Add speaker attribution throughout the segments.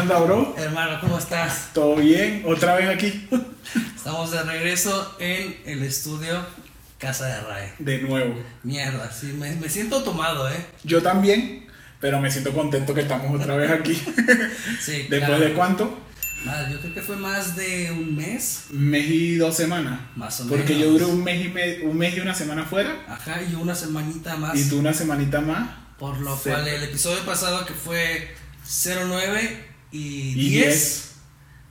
Speaker 1: onda, bro?
Speaker 2: Hermano, ¿cómo estás?
Speaker 1: ¿Todo bien? ¿Otra vez aquí?
Speaker 2: Estamos de regreso en el estudio Casa de Ray.
Speaker 1: De nuevo.
Speaker 2: Mierda, sí, me, me siento tomado, ¿eh?
Speaker 1: Yo también, pero me siento contento que estamos otra vez aquí.
Speaker 2: Sí,
Speaker 1: ¿Después
Speaker 2: claro.
Speaker 1: de cuánto?
Speaker 2: Madre, yo creo que fue más de un mes,
Speaker 1: Mes y dos semanas.
Speaker 2: más o menos.
Speaker 1: Porque yo duré un mes y, me- un mes y una semana fuera.
Speaker 2: Ajá, y una semanita más.
Speaker 1: Y tú una semanita más.
Speaker 2: Por lo
Speaker 1: Sí.
Speaker 2: cual el episodio pasado que fue 09 y,
Speaker 1: Y
Speaker 2: 10,
Speaker 1: 10.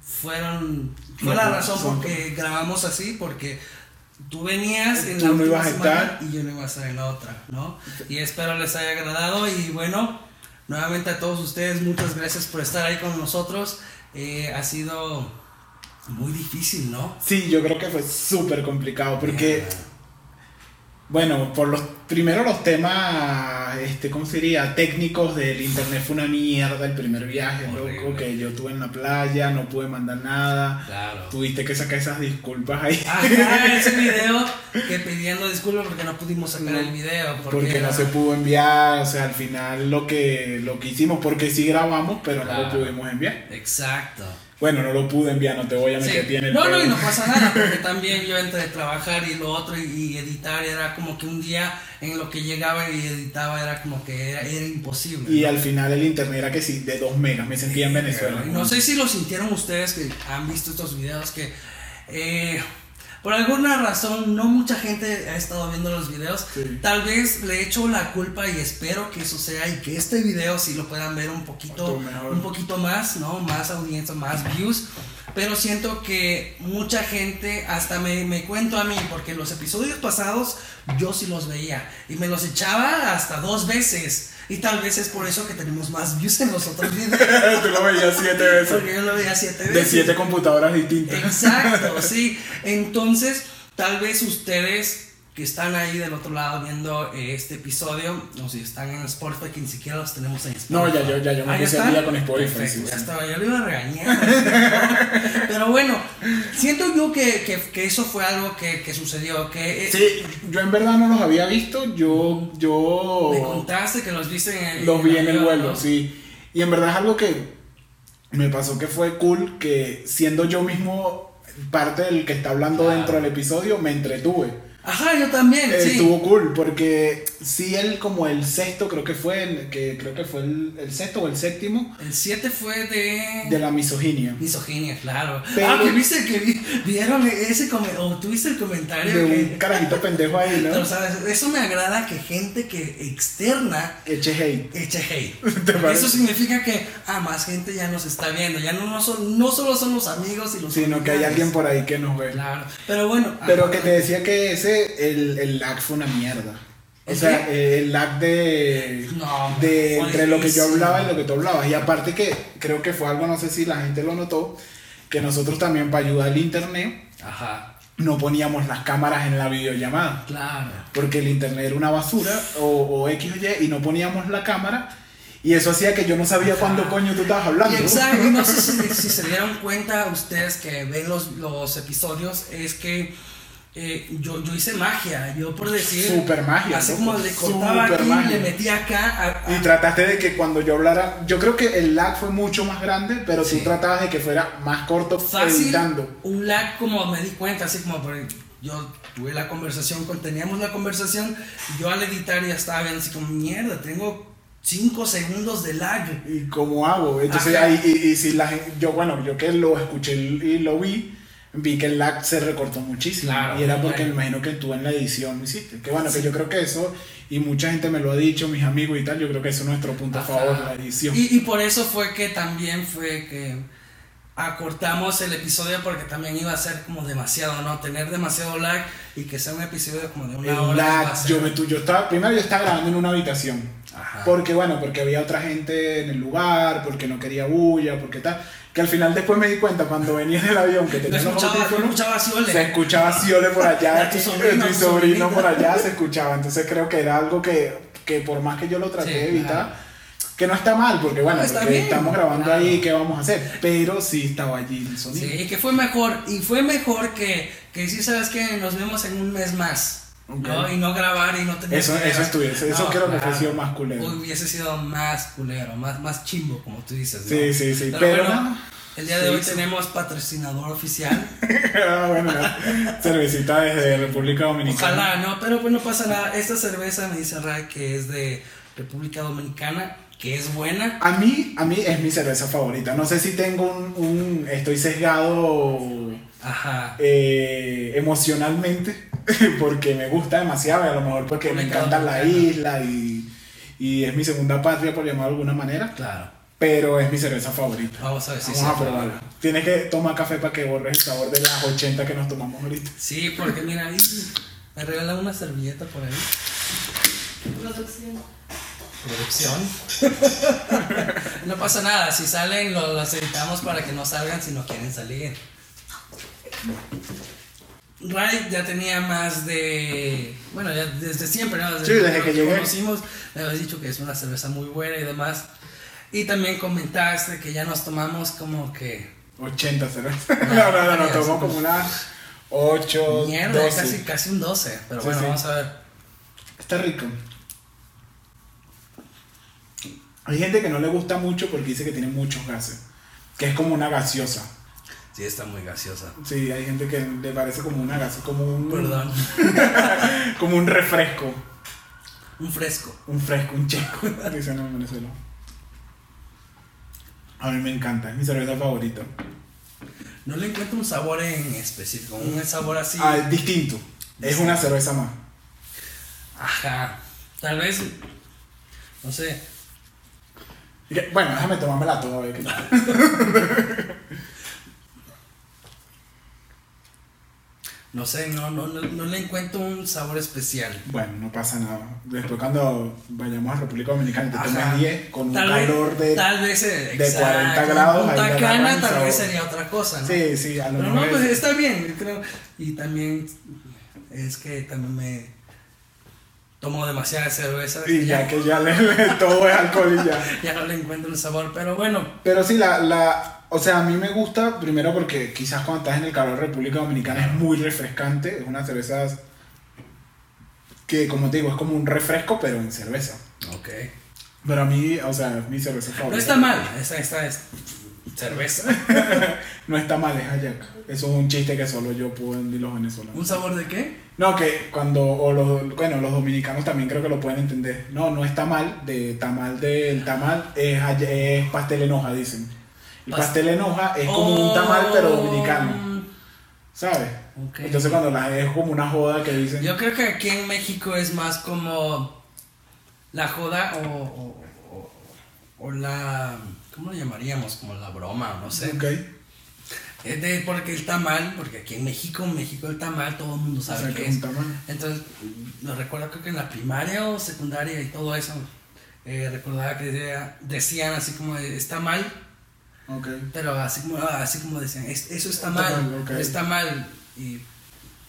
Speaker 2: fueron... Fue
Speaker 1: No,
Speaker 2: la
Speaker 1: no,
Speaker 2: razón
Speaker 1: son-
Speaker 2: por que grabamos así, porque tú venías en
Speaker 1: Tú
Speaker 2: la
Speaker 1: no
Speaker 2: última
Speaker 1: ibas a
Speaker 2: semana
Speaker 1: estar.
Speaker 2: y yo no iba a estar en la otra, ¿no? Y espero les haya agradado y bueno, nuevamente a todos ustedes, muchas gracias por estar ahí con nosotros. Eh, ha sido muy difícil, ¿no? Eh,
Speaker 1: Sí, yo creo que fue súper complicado porque,
Speaker 2: Mierda.
Speaker 1: bueno, por los primero los temas, este, ¿cómo se diría? Técnicos del internet fue una mierda el primer viaje,
Speaker 2: Horrible.
Speaker 1: loco, que yo estuve en la playa, no pude mandar nada.
Speaker 2: Claro.
Speaker 1: Tuviste que sacar esas disculpas ahí.
Speaker 2: Ah, Ajá, ese video que pidiendo disculpas porque no pudimos sacar
Speaker 1: No,
Speaker 2: el video. Porque,
Speaker 1: Porque no
Speaker 2: era-
Speaker 1: se pudo enviar, o sea, al final lo que, lo que hicimos, porque sí grabamos, pero no
Speaker 2: Claro.
Speaker 1: lo pudimos enviar.
Speaker 2: Exacto.
Speaker 1: Bueno, no lo pude enviar, no te voy a
Speaker 2: Sí.
Speaker 1: meter bien el
Speaker 2: No, no,
Speaker 1: pedo.
Speaker 2: y no pasa nada, porque también yo entre trabajar y lo otro y, y editar era como que un día en lo que llegaba y editaba era como que era, era imposible.
Speaker 1: Y
Speaker 2: ¿no?
Speaker 1: al final el internet era que sí, de 2 megas, me sentía en Venezuela.
Speaker 2: Y No sé si lo sintieron ustedes que han visto estos videos que eh, por alguna razón no mucha gente ha estado viendo los videos.
Speaker 1: Sí.
Speaker 2: Tal vez le echo la culpa y espero que eso sea y que este video sí lo puedan ver un poquito,
Speaker 1: Cuanto mejor.
Speaker 2: un poquito más, ¿no? Más audiencia, más views. Pero siento que mucha gente, hasta me, me cuento a mí, porque los episodios pasados yo sí los veía y me los echaba hasta dos veces. Y tal vez es por eso que tenemos más views en los otros videos.
Speaker 1: Tú lo veías 7 veces.
Speaker 2: Porque Eh, yo lo veía siete
Speaker 1: De
Speaker 2: veces.
Speaker 1: 7 computadoras distintas.
Speaker 2: Exacto, sí. Entonces, tal vez ustedes que están ahí del otro lado viendo eh, este episodio, o si están en Spotify, que ni siquiera los tenemos en Spotify.
Speaker 1: No, ya, yo- ya, yo me
Speaker 2: Ah,
Speaker 1: puse al
Speaker 2: están?
Speaker 1: día con Spotify,
Speaker 2: Perfecto,
Speaker 1: sí,
Speaker 2: ya
Speaker 1: sí.
Speaker 2: estaba, yo lo iba a regañar. Pero bueno, siento yo que, que- que eso fue algo que, que sucedió, que eh,
Speaker 1: Sí, yo en verdad no los había visto, yo,
Speaker 2: me
Speaker 1: yo
Speaker 2: contaste que los viste en el
Speaker 1: los vi en el
Speaker 2: avión,
Speaker 1: vuelo,
Speaker 2: ¿no?
Speaker 1: sí. Y en verdad es algo que me pasó que fue cool, que siendo yo mismo parte del que está hablando
Speaker 2: Claro.
Speaker 1: dentro del episodio, me entretuve.
Speaker 2: Ajá, yo también,
Speaker 1: Eh,
Speaker 2: sí.
Speaker 1: Estuvo cool, porque sí, él como el sexto, creo que fue, el- que creo que fue el, el sexto o el séptimo
Speaker 2: El 7 fue de...
Speaker 1: de la misoginia.
Speaker 2: Misoginia, claro.
Speaker 1: Pero-
Speaker 2: Ah, que viste que vi- vieron ese comentario, o tuviste el comentario
Speaker 1: De
Speaker 2: que.
Speaker 1: un carajito pendejo ahí,
Speaker 2: Pero,
Speaker 1: ¿no?
Speaker 2: ¿sabes? Eso me agrada que gente que externa
Speaker 1: Eche hate.
Speaker 2: eche hate.
Speaker 1: ¿Te parece?
Speaker 2: Eso significa que ah, más gente ya nos está viendo. Ya no, no, son, no solo son los amigos y los
Speaker 1: Sino que hay
Speaker 2: familiares.
Speaker 1: alguien por ahí que nos ve.
Speaker 2: Claro. Pero bueno.
Speaker 1: Pero
Speaker 2: ajá.
Speaker 1: que te decía que ese, el, el lag fue una mierda. O
Speaker 2: ¿El
Speaker 1: sea, el lag de.
Speaker 2: No,
Speaker 1: de
Speaker 2: fue
Speaker 1: entre lo que yo
Speaker 2: difícil.
Speaker 1: hablaba y lo que tú hablabas. Y aparte que creo que fue algo, no sé si la gente lo notó, que nosotros también para ayudar al internet
Speaker 2: Ajá.
Speaker 1: no poníamos las cámaras en la videollamada.
Speaker 2: Claro.
Speaker 1: Porque el internet era una basura o, o X o Y y no poníamos la cámara. Y eso hacía que yo no sabía cuándo coño tú estabas hablando.
Speaker 2: Y exacto, no sé si, si se dieron cuenta ustedes que ven los, los episodios, es que eh, yo, yo hice magia, yo por decir...
Speaker 1: Super magia,
Speaker 2: Así
Speaker 1: ¿no?
Speaker 2: como le cortaba
Speaker 1: Super
Speaker 2: aquí,
Speaker 1: magia.
Speaker 2: le metía acá... a-
Speaker 1: Y
Speaker 2: a-
Speaker 1: trataste de que cuando yo hablara, yo creo que el lag fue mucho más grande, pero
Speaker 2: Sí.
Speaker 1: tú tratabas de que fuera más corto
Speaker 2: fácil,
Speaker 1: editando.
Speaker 2: un lag como me di cuenta, así como por- yo tuve la conversación, con- teníamos la conversación, yo al editar ya estaba viendo así como, mierda, tengo 5 segundos de lag.
Speaker 1: ¿Y cómo hago? Entonces
Speaker 2: Ajá.
Speaker 1: ahí, y, y si la gen- yo bueno, yo que lo escuché y lo vi, vi que el lag se recortó muchísimo.
Speaker 2: Claro,
Speaker 1: y era porque
Speaker 2: claro.
Speaker 1: me imagino que tú en la edición lo hiciste. Que bueno,
Speaker 2: Sí.
Speaker 1: que yo creo que eso, y mucha gente me lo ha dicho, mis amigos y tal, yo creo que eso es nuestro punto a
Speaker 2: Ajá.
Speaker 1: favor, la edición.
Speaker 2: Y, y por eso fue que también fue que acortamos el episodio porque también iba a ser como demasiado, ¿no? Tener demasiado lag y que sea un episodio como de una
Speaker 1: el
Speaker 2: hora.
Speaker 1: lag,
Speaker 2: iba a ser-
Speaker 1: yo me tu- yo estaba, primero yo estaba grabando en una habitación.
Speaker 2: Ajá.
Speaker 1: Porque bueno, porque había otra gente en el lugar, porque no quería bulla, porque tal. Que al final después me di cuenta cuando venía del avión que
Speaker 2: Yo
Speaker 1: tenía los
Speaker 2: escuchaba, yo
Speaker 1: audífonos,
Speaker 2: escuchaba así, ole.
Speaker 1: se escuchaba Ciole por allá,
Speaker 2: A tu
Speaker 1: y-
Speaker 2: sobrino,
Speaker 1: mi
Speaker 2: a tu
Speaker 1: sobrino por
Speaker 2: sobrinita.
Speaker 1: allá se escuchaba. Entonces creo que era algo que, que por más que yo lo traté
Speaker 2: Sí,
Speaker 1: de evitar,
Speaker 2: claro.
Speaker 1: que no está mal, porque bueno,
Speaker 2: No, está
Speaker 1: porque
Speaker 2: bien,
Speaker 1: estamos grabando
Speaker 2: claro.
Speaker 1: ahí, ¿qué vamos a hacer? Pero sí estaba allí el sonido.
Speaker 2: Sí, que fue mejor. Y fue mejor que, que sí, sabes que nos vemos en un mes más. ¿no? Y no grabar y no tener.
Speaker 1: Eso,
Speaker 2: ideas.
Speaker 1: eso estuviese, eso
Speaker 2: No,
Speaker 1: creo que hubiese
Speaker 2: claro.
Speaker 1: sido más culero.
Speaker 2: Hubiese sido más culero, más, más chimbo, como tú dices. ¿no?
Speaker 1: Sí, sí, sí.
Speaker 2: Pero
Speaker 1: Pero,
Speaker 2: bueno, El día de
Speaker 1: Sí,
Speaker 2: hoy
Speaker 1: sí.
Speaker 2: tenemos patrocinador oficial.
Speaker 1: Ah, bueno, cervecita desde República Dominicana.
Speaker 2: Ojalá, ¿no? Pero pues no pasa nada. Esta cerveza me dice Ray que es de República Dominicana, que es buena.
Speaker 1: A mí, a mí es mi cerveza favorita. No sé si tengo un, un- estoy sesgado
Speaker 2: Ajá.
Speaker 1: eh, emocionalmente porque me gusta demasiado y a lo mejor porque me
Speaker 2: Dominicana,
Speaker 1: encanta la isla
Speaker 2: Dominicana.
Speaker 1: y, y es mi segunda patria por llamarlo de alguna manera,
Speaker 2: Claro.
Speaker 1: pero es mi cerveza favorita.
Speaker 2: Vamos a ver si
Speaker 1: Vamos a probarla. Tienes que tomar café para que borres el sabor de las 80 que nos tomamos ahorita.
Speaker 2: Sí, porque mira, ahí me regalan una servilleta por ahí.
Speaker 3: Producción.
Speaker 2: Producción. no pasa nada, si salen lo- los editamos para que no salgan si no quieren salir. Ray ya tenía más de. Bueno, ya desde siempre, ¿no? Desde
Speaker 1: Sí, desde
Speaker 2: nos
Speaker 1: que llegué.
Speaker 2: conocimos, me habías dicho que es una cerveza muy buena y demás. Y también comentaste que ya nos tomamos como que.
Speaker 1: 80 cervezas. No, no, no, nos tomamos como unas 8,
Speaker 2: pues. Mierda,
Speaker 1: 12.
Speaker 2: casi, casi un 12. Pero
Speaker 1: Sí,
Speaker 2: bueno,
Speaker 1: sí.
Speaker 2: vamos a ver.
Speaker 1: Está rico. Hay gente que no le gusta mucho porque dice que tiene muchos gases. Que es como una gaseosa.
Speaker 2: Sí, está muy gaseosa.
Speaker 1: Sí, hay gente que le parece como una gaseosa, como un,
Speaker 2: Perdón.
Speaker 1: como un refresco.
Speaker 2: Un fresco.
Speaker 1: Un fresco, un checo, dicen en Venezuela. A mí me encanta, es mi cerveza favorita.
Speaker 2: No le encuentro un sabor en específico, un sabor así.
Speaker 1: Ah, es distinto. Es una cerveza más.
Speaker 2: Ajá. Tal vez. No sé.
Speaker 1: Y que- Bueno, déjame tomármela toda. a ver qué tal.
Speaker 2: No sé, no, no, no, no le encuentro un sabor especial.
Speaker 1: Bueno, no pasa nada. Después cuando vayamos a República Dominicana y te
Speaker 2: Ajá.
Speaker 1: tomes 10 con un
Speaker 2: Tal vez-
Speaker 1: calor de
Speaker 2: Tal vez. eh,
Speaker 1: de
Speaker 2: exacto,
Speaker 1: 40 grados, ahí
Speaker 2: Punta
Speaker 1: le
Speaker 2: Cana
Speaker 1: agarran
Speaker 2: tal vez
Speaker 1: sabor.
Speaker 2: sería otra cosa, ¿no?
Speaker 1: Sí, sí, a lo
Speaker 2: Pero no,
Speaker 1: mejor
Speaker 2: pues
Speaker 1: es-
Speaker 2: está bien, yo creo. Y también. Es que también me. Tomo demasiada cerveza.
Speaker 1: Y ya que ya le, le- todo es alcohol y ya.
Speaker 2: ya no le encuentro un sabor, pero bueno.
Speaker 1: Pero sí, la, la, o sea, a mí me gusta primero porque quizás cuando estás en el calor de República Dominicana es muy refrescante. Es una cerveza que, como te digo, es como un refresco, pero en cerveza.
Speaker 2: Ok.
Speaker 1: Pero a mí, o sea, es mi cerveza favorita.
Speaker 2: No está mal. Esta, esta es cerveza.
Speaker 1: No está mal, es Ayaca. Eso es un chiste que solo yo puedo y los venezolanos.
Speaker 2: ¿Un sabor de qué?
Speaker 1: No, que cuando, o los, bueno, los dominicanos también creo que lo pueden entender. No, no es tamal, de tamal del tamal es, all- es pastel en hoja, dicen. El
Speaker 2: Pas-
Speaker 1: pastel en hoja es como
Speaker 2: Oh,
Speaker 1: un tamal, pero dominicano, ¿sabes?
Speaker 2: Ok.
Speaker 1: Entonces cuando la, es como una joda que dicen,
Speaker 2: Yo creo que aquí en México es más como la joda o, o- o- o la... ¿Cómo lo llamaríamos? Como la broma, no sé.
Speaker 1: ok,
Speaker 2: Es de- porque el tamal, porque aquí en México, en México el tamal, todo el mundo
Speaker 1: o sea,
Speaker 2: sabe
Speaker 1: que
Speaker 2: qué
Speaker 1: es
Speaker 2: es.
Speaker 1: un tamal.
Speaker 2: Entonces, lo recuerdo creo que en la primaria o secundaria y todo eso, eh, recordaba que decía- decían así como, de, está mal,
Speaker 1: Ok.
Speaker 2: pero así como, así como decían, "Es- eso está
Speaker 1: Está
Speaker 2: mal,
Speaker 1: mal, ok.
Speaker 2: está mal, y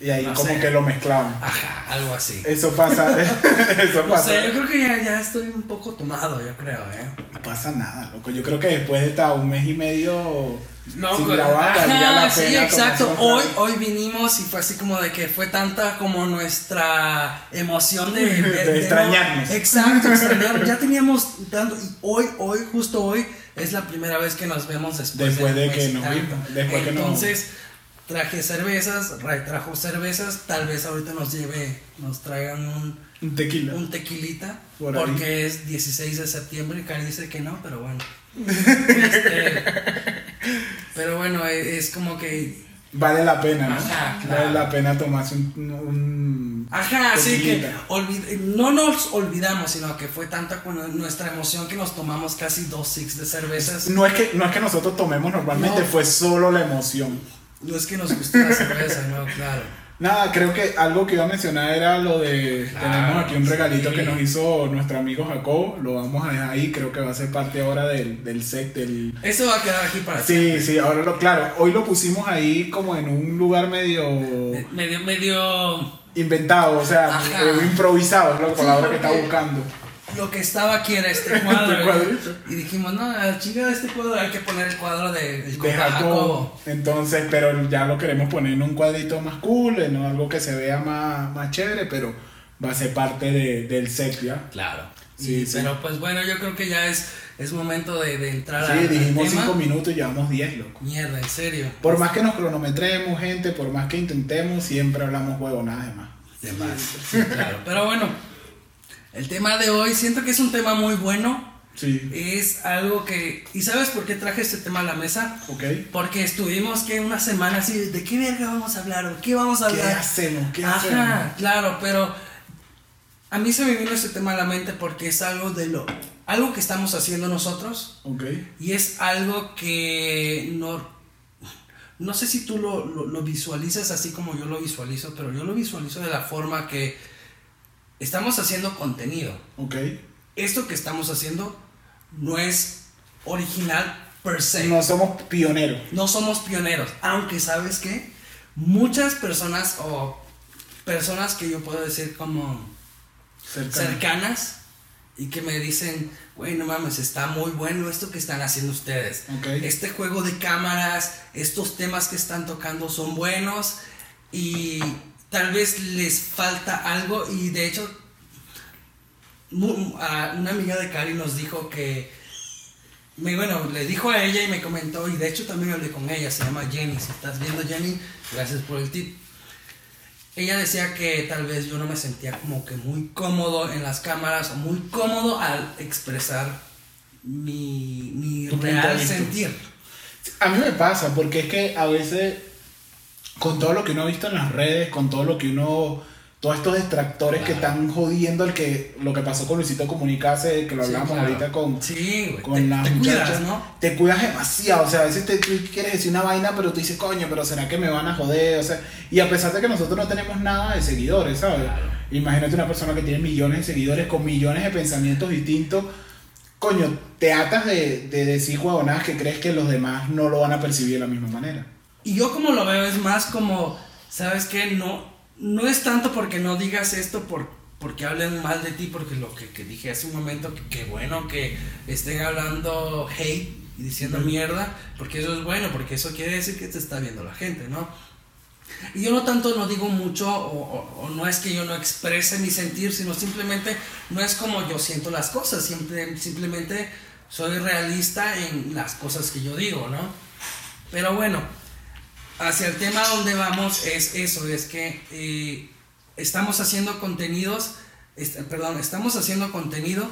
Speaker 1: Y ahí
Speaker 2: No
Speaker 1: como
Speaker 2: sé.
Speaker 1: que lo mezclaban.
Speaker 2: ajá, algo así.
Speaker 1: Eso pasa, eso
Speaker 2: No
Speaker 1: pasa.
Speaker 2: sé, yo creo que ya, ya estoy un poco tomado, yo creo, ¿eh?
Speaker 1: No pasa nada, loco. Yo creo que después de estar un mes y medio sin
Speaker 2: pues,
Speaker 1: grabar, valía la
Speaker 2: ajá, sí,
Speaker 1: pena
Speaker 2: exacto.
Speaker 1: tomarse un
Speaker 2: Hoy,
Speaker 1: trago.
Speaker 2: hoy vinimos y fue así como de que fue tanta como nuestra emoción de,
Speaker 1: De
Speaker 2: no-
Speaker 1: extrañarnos.
Speaker 2: exacto, extrañarnos. Ya teníamos tanto. Y hoy, hoy, justo hoy, es la primera vez que nos vemos después,
Speaker 1: Después de
Speaker 2: un
Speaker 1: que
Speaker 2: mes y
Speaker 1: nos
Speaker 2: tanto.
Speaker 1: vimos, después que nos-
Speaker 2: Entonces, traje cervezas, Ray trajo cervezas. Tal vez ahorita nos lleve, nos traigan un.
Speaker 1: Un tequila.
Speaker 2: un tequilita
Speaker 1: Por ahí.
Speaker 2: porque es 16 de septiembre y Cari dice que no, pero bueno. Este, pero bueno, e- es como que
Speaker 1: Vale la pena, ¿no?
Speaker 2: Ajá, Ah, claro.
Speaker 1: Vale la pena tomarse un, un-
Speaker 2: ajá, así que
Speaker 1: Tequilita.
Speaker 2: olvid- no nos olvidamos, sino que fue tanta con nuestra emoción que nos tomamos casi dos six de cervezas.
Speaker 1: No es, que, no es que nosotros tomemos normalmente,
Speaker 2: No.
Speaker 1: fue solo la emoción.
Speaker 2: No es que nos guste la cerveza, no, claro.
Speaker 1: Nada, creo que algo que iba a mencionar era lo de...
Speaker 2: Claro,
Speaker 1: tenemos aquí un regalito
Speaker 2: sí.
Speaker 1: que nos hizo nuestro amigo Jacobo, lo vamos a dejar ahí, creo que va a ser parte ahora del, del set, del...
Speaker 2: Eso va a quedar aquí para
Speaker 1: Sí, sí, ahora lo, claro, hoy lo pusimos ahí como en un lugar medio
Speaker 2: siempre. medio medio
Speaker 1: inventado, o sea,
Speaker 2: Eh. Ajá.
Speaker 1: eh, improvisado, es la palabra que
Speaker 2: porque-
Speaker 1: está buscando.
Speaker 2: lo que estaba aquí era este cuadro.
Speaker 1: Este cuadrito.
Speaker 2: y dijimos, no, a la chingada este cuadro hay que poner el cuadro de, del
Speaker 1: de
Speaker 2: compa Jacobo.
Speaker 1: Jacobo. Entonces, pero ya lo queremos poner en un cuadrito más cool, en algo que se vea más, más chévere, pero va a ser parte de- del set ya.
Speaker 2: Claro.
Speaker 1: Sí,
Speaker 2: Y-
Speaker 1: sí.
Speaker 2: Pero pues bueno, yo creo que ya es, es momento de, de entrar a-
Speaker 1: Sí, dijimos
Speaker 2: al tema.
Speaker 1: 5 minutos y llevamos 10, loco.
Speaker 2: Mierda, en serio.
Speaker 1: Por más que nos cronometremos, gente, por más que intentemos, siempre hablamos huevonadas de más.
Speaker 2: De más. Sí, claro. Pero bueno, el tema de hoy siento que es un tema muy bueno.
Speaker 1: Sí.
Speaker 2: Es algo que... ¿Y sabes por qué traje este tema a la mesa?
Speaker 1: Ok.
Speaker 2: Porque estuvimos que una semana así, ¿de qué verga vamos a hablar? ¿O qué vamos a
Speaker 1: ¿Qué
Speaker 2: hablar?
Speaker 1: hacemos? ¿Qué hacemos?
Speaker 2: Ajá, claro, pero a mí se me vino este tema a la mente porque es algo de lo algo que estamos haciendo nosotros
Speaker 1: Ok.
Speaker 2: y es algo que no no sé si tú lo, lo- lo visualizas así como yo lo visualizo, pero yo lo visualizo de la forma que estamos haciendo contenido.
Speaker 1: Ok.
Speaker 2: Esto que estamos haciendo no es original per se.
Speaker 1: No somos pioneros.
Speaker 2: No somos pioneros, aunque sabes que muchas personas o personas que yo puedo decir como
Speaker 1: Cercanos.
Speaker 2: cercanas y que me dicen, güey, no mames, está muy bueno esto que están haciendo ustedes.
Speaker 1: Ok.
Speaker 2: Este juego de cámaras, estos temas que están tocando son buenos y tal vez les falta algo y de hecho mu- a una amiga de Cari nos dijo que me, bueno, le dijo a ella y me comentó, y de hecho también hablé con ella, se llama Jenny, si estás viendo Jenny, gracias por el tip. Ella decía que tal vez yo no me sentía como que muy cómodo en las cámaras o muy cómodo al expresar mi, mi
Speaker 1: Tu punto de
Speaker 2: real
Speaker 1: vista.
Speaker 2: sentir.
Speaker 1: A mí me pasa, porque es que a veces, con todo lo que uno ha visto en las redes, con todo lo que uno. Todos estos distractores que
Speaker 2: Claro.
Speaker 1: están jodiendo el que, lo que pasó con Luisito Comunicase, que lo
Speaker 2: Sí,
Speaker 1: hablamos
Speaker 2: claro.
Speaker 1: ahorita con,
Speaker 2: Sí, güey.
Speaker 1: con
Speaker 2: te,
Speaker 1: las
Speaker 2: te
Speaker 1: muchachas.
Speaker 2: cuidas, ¿no?
Speaker 1: Te cuidas demasiado. O sea, a veces te, tú quieres decir una vaina, pero tú dices, coño, pero ¿será que me van a joder? O sea, y a pesar de que nosotros no tenemos nada de seguidores, ¿sabes?
Speaker 2: Claro.
Speaker 1: Imagínate una persona que tiene millones de seguidores con millones de pensamientos distintos. Coño, te atas de, de decir huevonadas que crees que los demás no lo van a percibir de la misma manera.
Speaker 2: Y yo como lo veo es más como, ¿sabes qué? No, no es tanto porque no digas esto por, porque hablen mal de ti, porque lo que, que dije hace un momento, que, que bueno que estén hablando hate y diciendo mierda, porque eso es bueno, porque eso quiere decir que te está viendo la gente, ¿no? Y yo no tanto no digo mucho o, o- o no es que yo no exprese mi sentir, sino simplemente no es como yo siento las cosas, simple- simplemente soy realista en las cosas que yo digo, ¿no? Pero bueno, hacia el tema donde vamos es eso, es que eh, estamos haciendo contenidos, est- perdón, estamos haciendo contenido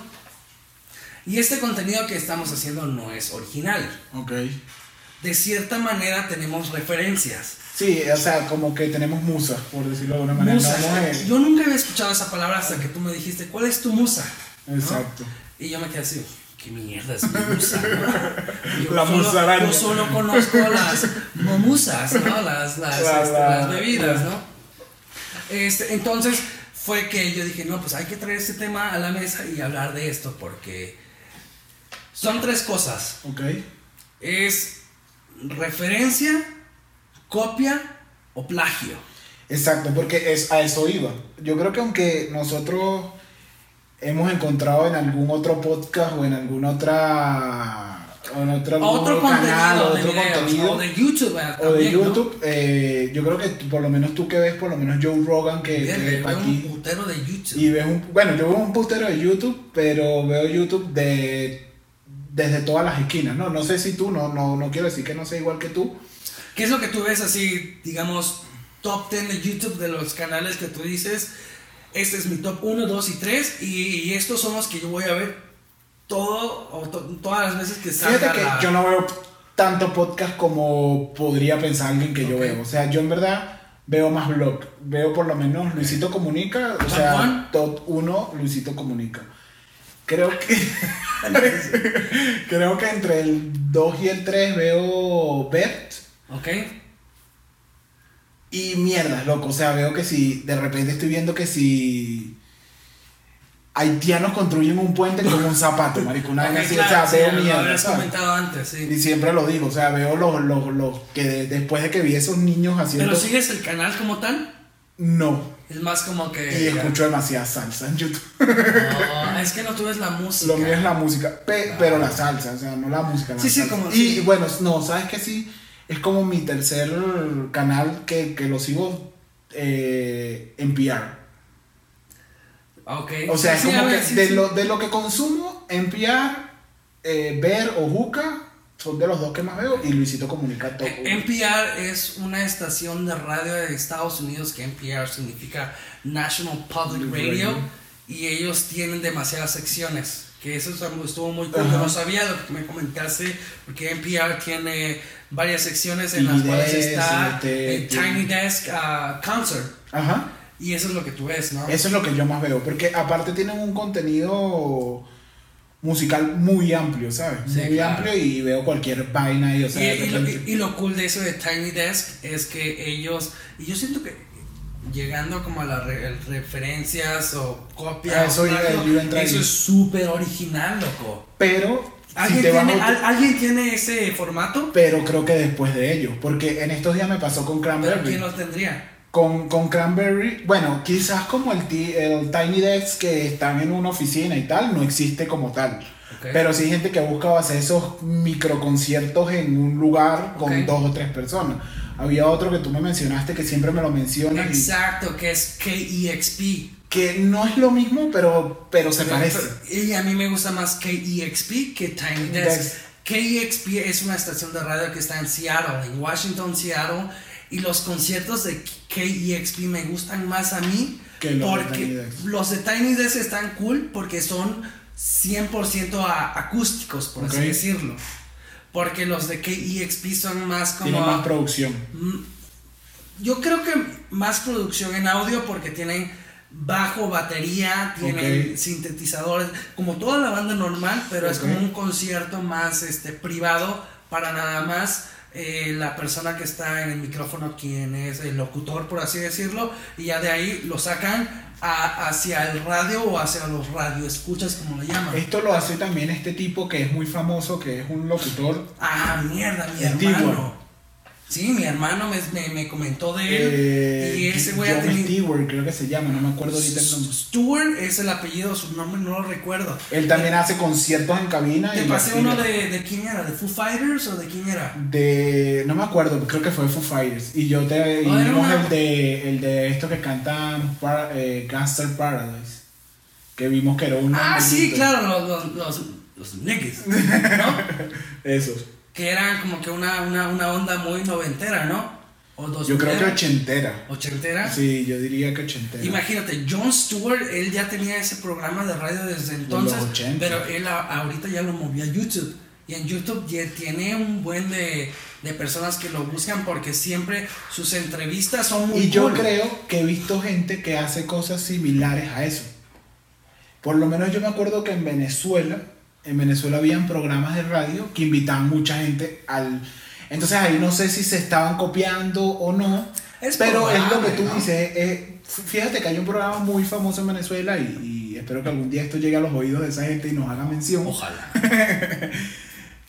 Speaker 2: y este contenido que estamos haciendo no es original.
Speaker 1: Ok.
Speaker 2: De cierta manera tenemos referencias.
Speaker 1: Sí, o sea, como que tenemos musas, por decirlo de una manera.
Speaker 2: Musa.
Speaker 1: No, no es-
Speaker 2: Yo nunca había escuchado esa palabra hasta que tú me dijiste, ¿cuál es tu musa? ¿No?
Speaker 1: Exacto.
Speaker 2: Y yo me quedé así, ¿qué mierda es mi musa? no?" Yo
Speaker 1: La
Speaker 2: solo-
Speaker 1: musaraña.
Speaker 2: Yo solo conozco las momusas, ¿no? Las, las,
Speaker 1: La-
Speaker 2: este,
Speaker 1: la-
Speaker 2: las bebidas, ¿no? Este, entonces fue que yo dije, no, pues hay que traer este tema a la mesa y hablar de esto porque son tres cosas.
Speaker 1: Ok.
Speaker 2: Es referencia, copia o plagio.
Speaker 1: Exacto, porque es, a eso iba. Yo creo que aunque nosotros hemos encontrado en algún otro podcast o en alguna otra... O en otro,
Speaker 2: otro
Speaker 1: algún
Speaker 2: contenido,
Speaker 1: o
Speaker 2: de
Speaker 1: otro
Speaker 2: videos,
Speaker 1: contenido,
Speaker 2: o de
Speaker 1: o
Speaker 2: YouTube eh,
Speaker 1: de
Speaker 2: también, ¿no?
Speaker 1: YouTube, eh, yo creo que tú- por lo menos tú que ves, por lo menos Joe Rogan que,
Speaker 2: Verga,
Speaker 1: que
Speaker 2: yo
Speaker 1: está
Speaker 2: veo un
Speaker 1: este, aquí.
Speaker 2: putero de YouTube.
Speaker 1: Y ves un... Bueno, yo veo un putero de YouTube, pero veo YouTube de... Desde todas las esquinas, ¿no? No sé si tú, no, no, no quiero decir que no sea igual que tú,
Speaker 2: ¿Qué es lo que tú ves así, digamos, top 10 de YouTube de los canales que tú dices? Este es mi top 1, 2 y 3 y, y estos son los que yo voy a ver todo o to- todas las veces que salga
Speaker 1: Fíjate que
Speaker 2: la-
Speaker 1: yo no veo tanto podcast como podría pensar alguien que yo
Speaker 2: Ok.
Speaker 1: veo. O sea, yo en verdad veo más blog. Veo por lo menos Luisito Comunica. O
Speaker 2: Top one.
Speaker 1: sea, top 1 Luisito Comunica. Creo que. creo que entre el 2 y el 3 veo Bert.
Speaker 2: ¿Ok?
Speaker 1: Y mierda, loco. O sea, veo que si de repente estoy viendo que si. Haitianos construyen un puente con un zapato, marico. Una
Speaker 2: Ok,
Speaker 1: vaina así,
Speaker 2: claro,
Speaker 1: o sea,
Speaker 2: sí,
Speaker 1: veo
Speaker 2: lo
Speaker 1: mierda.
Speaker 2: habías
Speaker 1: ¿sabes?
Speaker 2: comentado antes, sí.
Speaker 1: Y siempre lo digo, o sea, veo los, los, los que de- después de que vi esos niños haciendo...
Speaker 2: ¿Pero sigues el canal como tal?
Speaker 1: No.
Speaker 2: Es más como que.
Speaker 1: Y escucho demasiada salsa en YouTube.
Speaker 2: No, es que no tú ves la música.
Speaker 1: Lo mío es la música, pe-
Speaker 2: Ah.
Speaker 1: pero la salsa, o sea, no la música. la
Speaker 2: Sí, sí,
Speaker 1: salsa.
Speaker 2: como-
Speaker 1: Y
Speaker 2: sí.
Speaker 1: bueno, no, ¿sabes qué? Sí, es como mi tercer canal que, que lo sigo eh, en PR.
Speaker 2: Ah, ok.
Speaker 1: O sea, es
Speaker 2: Sí, a
Speaker 1: como
Speaker 2: ver,
Speaker 1: que
Speaker 2: sí,
Speaker 1: de,
Speaker 2: sí.
Speaker 1: Lo, de lo que consumo, en PR, eh, Ver o Juca, son de los dos que más veo, y Luisito Comunica todo.
Speaker 2: Eh, NPR es una estación de radio de Estados Unidos que NPR significa National Public
Speaker 1: Radio.
Speaker 2: Radio y ellos tienen demasiadas secciones. Que eso está muy- estuvo muy cool.
Speaker 1: Ajá.
Speaker 2: No sabía lo que me comentaste porque NPR tiene varias secciones en
Speaker 1: Y este,
Speaker 2: las cuales
Speaker 1: Desk,
Speaker 2: está
Speaker 1: y te-
Speaker 2: el Tiny Desk ah, Concert
Speaker 1: Ajá.
Speaker 2: y eso es lo que tú ves, ¿no?
Speaker 1: Eso es lo que yo más veo, porque aparte tienen un contenido musical muy amplio, ¿sabes?
Speaker 2: Sí,
Speaker 1: muy
Speaker 2: claro.
Speaker 1: amplio y veo cualquier vaina y, o sea,
Speaker 2: Y,
Speaker 1: de
Speaker 2: y lo,
Speaker 1: repente-
Speaker 2: y lo cool de eso de Tiny Desk es que ellos, y yo siento que llegando como a las re- referencias o copias,
Speaker 1: Ah, eso
Speaker 2: o
Speaker 1: iba-
Speaker 2: algo,
Speaker 1: yo iba a entrar
Speaker 2: eso
Speaker 1: ahí.
Speaker 2: es súper original, loco.
Speaker 1: Pero, si
Speaker 2: ¿Alguien,
Speaker 1: te vas
Speaker 2: tiene,
Speaker 1: a-
Speaker 2: al- ¿Alguien tiene ese formato?
Speaker 1: pero creo que después de ellos, porque en estos días me pasó con
Speaker 2: Pero
Speaker 1: Cranberry.
Speaker 2: ¿quién los tendría?
Speaker 1: Con, con Cranberry, bueno, quizás como el, ti- el Tiny Desk que están en una oficina y tal, no existe como tal.
Speaker 2: Ok.
Speaker 1: Pero sí hay gente que ha buscado hacer esos microconciertos en un lugar con
Speaker 2: Ok.
Speaker 1: dos o tres personas. Había otro que tú me mencionaste que siempre me lo mencionas. y-
Speaker 2: Exacto, que es E KEXP.
Speaker 1: que no es lo mismo, pero, pero se parece.
Speaker 2: Y a mí me gusta más KEXP que Tiny Desk.
Speaker 1: Desk.
Speaker 2: KEXP es una estación de radio que está en Seattle, en Washington, Seattle. Y los conciertos de KEXP me gustan más a mí.
Speaker 1: Que los de
Speaker 2: porque
Speaker 1: Tiny Desk.
Speaker 2: los de Tiny Desk están cool porque son 100% a- acústicos, por
Speaker 1: Ok.
Speaker 2: así decirlo. Porque los de KEXP son más como...
Speaker 1: Tiene más producción.
Speaker 2: Mm, Yo creo que más producción en audio porque tienen bajo, batería, tienen
Speaker 1: Ok.
Speaker 2: sintetizadores, como toda la banda normal, pero es
Speaker 1: Ok.
Speaker 2: como un concierto más este privado para nada más eh, la persona que está en el micrófono, quien es el locutor, por así decirlo, y ya de ahí lo sacan a- hacia el radio o hacia los radioescuchas, como lo llaman.
Speaker 1: Esto lo hace también este tipo que es muy famoso, que es un locutor.
Speaker 2: Ah, mierda, mi
Speaker 1: El Tigo.
Speaker 2: hermano. Sí, mi hermano me, me- me comentó de él.
Speaker 1: Eh,
Speaker 2: y ese güey ha
Speaker 1: John
Speaker 2: tenido.
Speaker 1: Stewart, creo que se llama, no me acuerdo ahorita el nombre.
Speaker 2: Stewart es el apellido, su nombre no lo recuerdo.
Speaker 1: Él también hace conciertos en cabina.
Speaker 2: Te
Speaker 1: y
Speaker 2: pasé
Speaker 1: así,
Speaker 2: uno de, de quién era, de Foo Fighters o de quién era.
Speaker 1: de- No me acuerdo, creo que fue Foo Fighters. Y yo te. y
Speaker 2: Ah, era
Speaker 1: vimos
Speaker 2: una-
Speaker 1: el de, el de estos que cantan para, eh, Gangster Paradise. Que vimos que era un.
Speaker 2: Ah, sí,
Speaker 1: maldito.
Speaker 2: claro, los, los, los, los niggas, ¿no?
Speaker 1: Esos.
Speaker 2: que eran como que una, una, una onda muy noventera, ¿no? O dos
Speaker 1: Yo creo que ochentera.
Speaker 2: ochentera.
Speaker 1: Sí, yo diría que ochentera.
Speaker 2: Imagínate, Jon Stewart, él ya tenía ese programa de radio desde entonces,
Speaker 1: 80.
Speaker 2: pero él a- ahorita ya lo movió a YouTube. Y en YouTube ya tiene un buen de, de personas que lo buscan porque siempre sus entrevistas son muy
Speaker 1: Y yo
Speaker 2: cool.
Speaker 1: creo que he visto gente que hace cosas similares a eso. Por lo menos yo me acuerdo que en Venezuela, en Venezuela habían programas de radio que invitaban mucha gente al... Entonces ahí no sé si se estaban copiando o no,
Speaker 2: Es
Speaker 1: pero es lo
Speaker 2: probable,
Speaker 1: que tú
Speaker 2: ¿no?
Speaker 1: dices. eh, f- fíjate que hay un programa muy famoso en Venezuela y, y espero que algún día esto llegue a los oídos de esa gente y nos haga mención,
Speaker 2: Ojalá.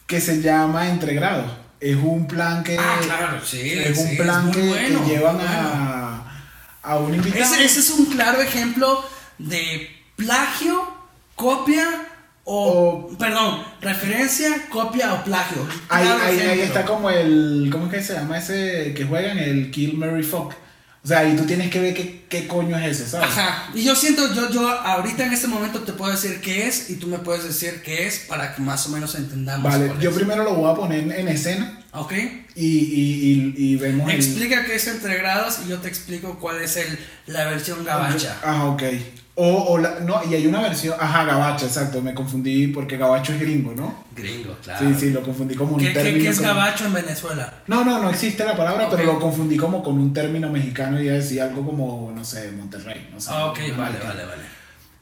Speaker 1: que se llama Entre Grados. Es un plan que...
Speaker 2: Ah, claro, sí.
Speaker 1: es un
Speaker 2: sí,
Speaker 1: plan
Speaker 2: muy
Speaker 1: que, que
Speaker 2: bueno,
Speaker 1: llevan
Speaker 2: muy bueno.
Speaker 1: a, a un invitado.
Speaker 2: Ese, ese es un claro ejemplo de plagio, copia o, Perdón, referencia, copia o plagio.
Speaker 1: Ahí,
Speaker 2: Claro
Speaker 1: ahí- ahí
Speaker 2: ejemplo.
Speaker 1: está como el. ¿Cómo es que se llama ese que juegan? El Kill Mary Fuck. O sea, ahí tú tienes que ver qué, qué coño es eso, ¿sabes?
Speaker 2: Ajá. Y yo siento, yo, yo ahorita en este momento te puedo decir qué es y tú me puedes decir qué es para que más o menos entendamos.
Speaker 1: Vale,
Speaker 2: cuál
Speaker 1: yo
Speaker 2: es.
Speaker 1: primero lo voy a poner en escena
Speaker 2: Ok.
Speaker 1: y, y- y- y vemos el-
Speaker 2: Explica qué es entre grados y yo te explico cuál es el, la versión gabacha.
Speaker 1: Ajá, Ah, ok. O, o la- no, y hay una versión. Ajá, gabacho, exacto. Me confundí porque gabacho es gringo, ¿no?
Speaker 2: Gringo, claro.
Speaker 1: Sí, sí, lo confundí como un
Speaker 2: ¿Qué, qué-
Speaker 1: término.
Speaker 2: qué es
Speaker 1: como-
Speaker 2: gabacho en Venezuela?
Speaker 1: No, no, no existe la palabra,
Speaker 2: Ok.
Speaker 1: pero lo confundí como con un término mexicano y iba a decir algo como, no sé, Monterrey. No sé,
Speaker 2: Ah, ok,
Speaker 1: una
Speaker 2: vale,
Speaker 1: marca.
Speaker 2: vale, vale.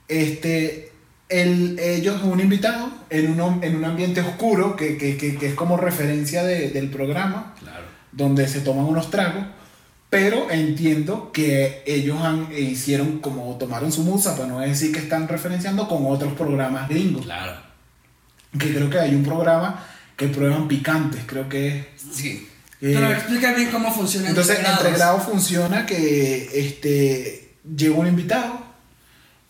Speaker 1: este, el, ellos, un invitado en un, om- en un ambiente oscuro, que, que- que- que es como referencia de- del programa,
Speaker 2: Claro.
Speaker 1: donde se toman unos tragos, pero entiendo que ellos han, e hicieron como tomaron su musa, para no decir que están referenciando con otros programas gringos.
Speaker 2: Claro.
Speaker 1: Que creo que hay un programa que prueban picantes, creo que es
Speaker 2: Sí.
Speaker 1: Eh,
Speaker 2: Pero explica bien cómo funciona.
Speaker 1: Entonces,
Speaker 2: Entregrados.
Speaker 1: entregrado funciona que este, llega un invitado,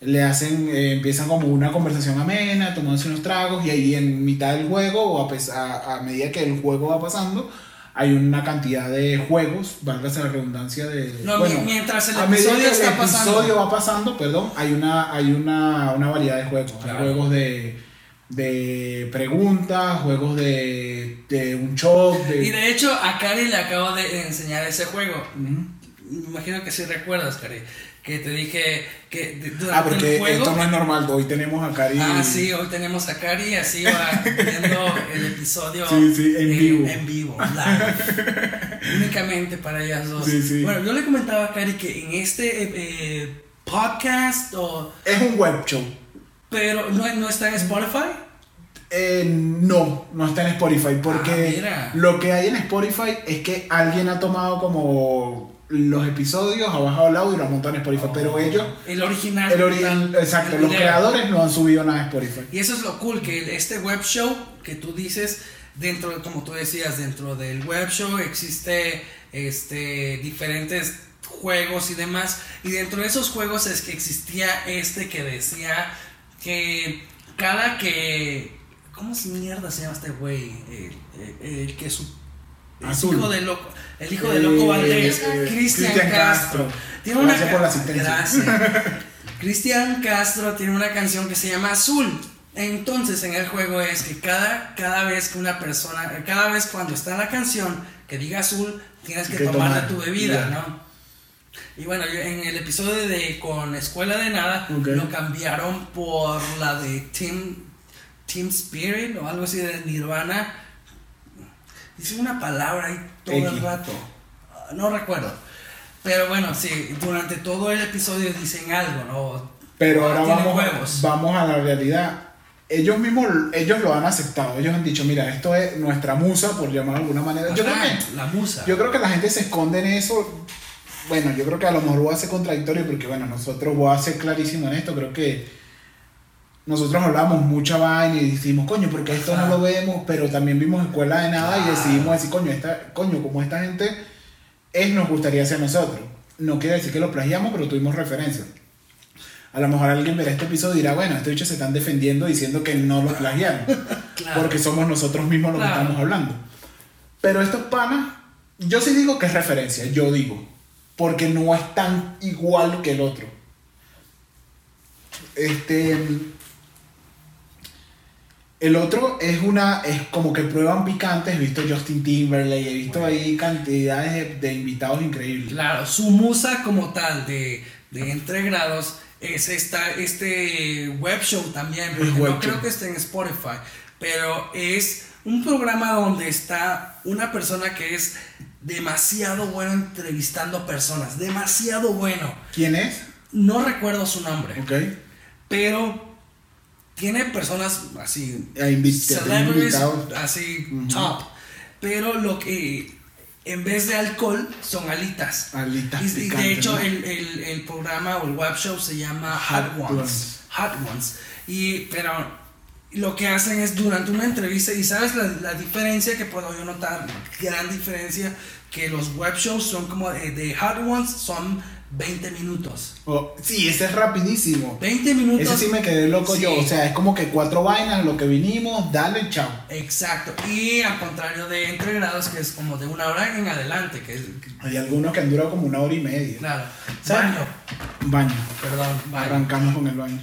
Speaker 1: le hacen, eh, empiezan como una conversación amena, tomándose unos tragos, y ahí en mitad del juego, o a, pes- a, a medida que el juego va pasando, hay una cantidad de juegos, válgase la redundancia de.
Speaker 2: No, mi-
Speaker 1: bueno,
Speaker 2: mientras el
Speaker 1: a medida que
Speaker 2: episodio
Speaker 1: el
Speaker 2: está
Speaker 1: episodio
Speaker 2: pasando.
Speaker 1: va pasando, perdón, hay una, hay una, una variedad de juegos.
Speaker 2: Claro.
Speaker 1: Hay juegos de, de preguntas, juegos de, de un shock, de.
Speaker 2: Y de hecho, a Cari le acabo de enseñar ese juego.
Speaker 1: Ujú.
Speaker 2: Me imagino que sí recuerdas, Cari. Que te dije que de-
Speaker 1: Ah,
Speaker 2: durante
Speaker 1: porque
Speaker 2: el juego.
Speaker 1: esto no es normal. Hoy tenemos a Cari.
Speaker 2: Ah, sí, hoy tenemos a Cari así va viendo el episodio
Speaker 1: Sí, sí, en
Speaker 2: eh,
Speaker 1: vivo.
Speaker 2: en vivo, live. Únicamente para ellas dos.
Speaker 1: Sí, sí.
Speaker 2: Bueno, yo le comentaba a Cari que en este eh, eh, podcast, o,
Speaker 1: Es un web show.
Speaker 2: pero no, no está en Spotify.
Speaker 1: Eh, no, no está en Spotify.
Speaker 2: Ah,
Speaker 1: Porque
Speaker 2: mira.
Speaker 1: lo que hay en Spotify es que alguien ha tomado como los episodios, ha bajado el audio y lo ha montado en Spotify. Pero ellos,
Speaker 2: El original.
Speaker 1: el original, exacto,
Speaker 2: Oh. Ah, el
Speaker 1: los
Speaker 2: video.
Speaker 1: creadores no han subido nada a Spotify.
Speaker 2: Y eso es lo cool, que este web show que tú dices, dentro, de- como tú decías, dentro del web show existe este, diferentes juegos y demás. Y dentro de esos juegos es que existía este que decía que cada que... ¿Cómo se mierda se llama este güey? El, el- el que su... el
Speaker 1: Azul.
Speaker 2: hijo de loco, el hijo de loco
Speaker 1: Eh,
Speaker 2: Valdés,
Speaker 1: eh,
Speaker 2: Cristian
Speaker 1: Cristian
Speaker 2: Castro.
Speaker 1: Castro.
Speaker 2: Tiene una
Speaker 1: Gracias por la
Speaker 2: ca-
Speaker 1: asistencia.
Speaker 2: Gracias. Cristian Castro tiene una canción que se llama Azul. Entonces en el juego es que cada, cada vez que una persona, eh, cada vez cuando está la canción que diga azul, tienes que,
Speaker 1: Que
Speaker 2: tomar de
Speaker 1: tomar,
Speaker 2: tu
Speaker 1: ya.
Speaker 2: bebida, ¿no? Y bueno, yo en el episodio de Con Escuela de Nada
Speaker 1: Ok.
Speaker 2: lo cambiaron por la de Team, Team Spirit o algo así de Nirvana. Dice una palabra ahí todo el
Speaker 1: X.
Speaker 2: rato. Ah, No recuerdo. Pero bueno, sí, durante todo el episodio dicen algo, ¿no?
Speaker 1: Pero ahora
Speaker 2: Tienen
Speaker 1: vamos,
Speaker 2: Ah, huevos.
Speaker 1: vamos a la realidad. Ellos mismos, ellos lo han aceptado. Ellos han dicho, mira, esto es nuestra musa, por llamarlo de alguna manera. Yo creo
Speaker 2: Ajá,
Speaker 1: que
Speaker 2: La musa.
Speaker 1: Yo creo que la gente se esconde en eso. Bueno, yo creo que a lo mejor voy a ser contradictorio porque, bueno, nosotros voy a ser clarísimo en esto. Creo que nosotros hablamos mucha vaina y decimos, coño, porque esto
Speaker 2: Ajá.
Speaker 1: no lo vemos, pero también vimos escuela de nada y
Speaker 2: Claro.
Speaker 1: decidimos decir, coño, esta, coño, como esta gente es, nos gustaría ser nosotros. No quiere decir que lo plagiamos, pero tuvimos referencias. A lo mejor alguien verá este episodio y dirá, bueno, estos bichos se están defendiendo diciendo que no lo plagiaron.
Speaker 2: Claro.
Speaker 1: Porque somos nosotros mismos los
Speaker 2: Claro.
Speaker 1: que estamos hablando. Pero estos panas, yo sí digo que es referencia, yo digo. Porque no es tan igual que el otro. Este. El otro es una. Es como que prueban picantes. He visto Justin Timberlake, he visto ahí cantidades de, de invitados increíbles.
Speaker 2: Claro, su musa como tal de, de Entre Grados es esta, este web show también, porque
Speaker 1: web
Speaker 2: no creo
Speaker 1: show.
Speaker 2: que esté en Spotify, pero es un programa donde está una persona que es demasiado bueno entrevistando personas, demasiado bueno.
Speaker 1: ¿Quién es?
Speaker 2: No recuerdo su nombre,
Speaker 1: Ok.
Speaker 2: pero tiene personas así
Speaker 1: Ha invi- te- te he
Speaker 2: celebrities
Speaker 1: invitado.
Speaker 2: así
Speaker 1: Ujú.
Speaker 2: top. Pero lo que en vez de alcohol son alitas.
Speaker 1: Alitas
Speaker 2: Y- Y, de
Speaker 1: picantes,
Speaker 2: hecho
Speaker 1: ¿no?
Speaker 2: el, el- el programa o el web show se llama Hot,
Speaker 1: Hot
Speaker 2: Ones.
Speaker 1: Ones.
Speaker 2: Hot Ones. Y pero lo que hacen es durante una entrevista y sabes la, la diferencia que puedo yo notar, gran diferencia que los web shows son como de, de Hot Ones son 20 minutos.
Speaker 1: Oh, sí, ese es rapidísimo.
Speaker 2: 20 minutos.
Speaker 1: Ese sí me quedé loco yo.
Speaker 2: Sí.
Speaker 1: O sea, es como que cuatro vainas, lo que vinimos, dale, chao.
Speaker 2: Exacto. Y al contrario de entre grados, que es como de una hora en adelante, que es. que-
Speaker 1: Hay algunos que han durado como una hora y media.
Speaker 2: Claro.
Speaker 1: ¿Sabes?
Speaker 2: Baño.
Speaker 1: Baño.
Speaker 2: Perdón, baño.
Speaker 1: Arrancamos con el baño.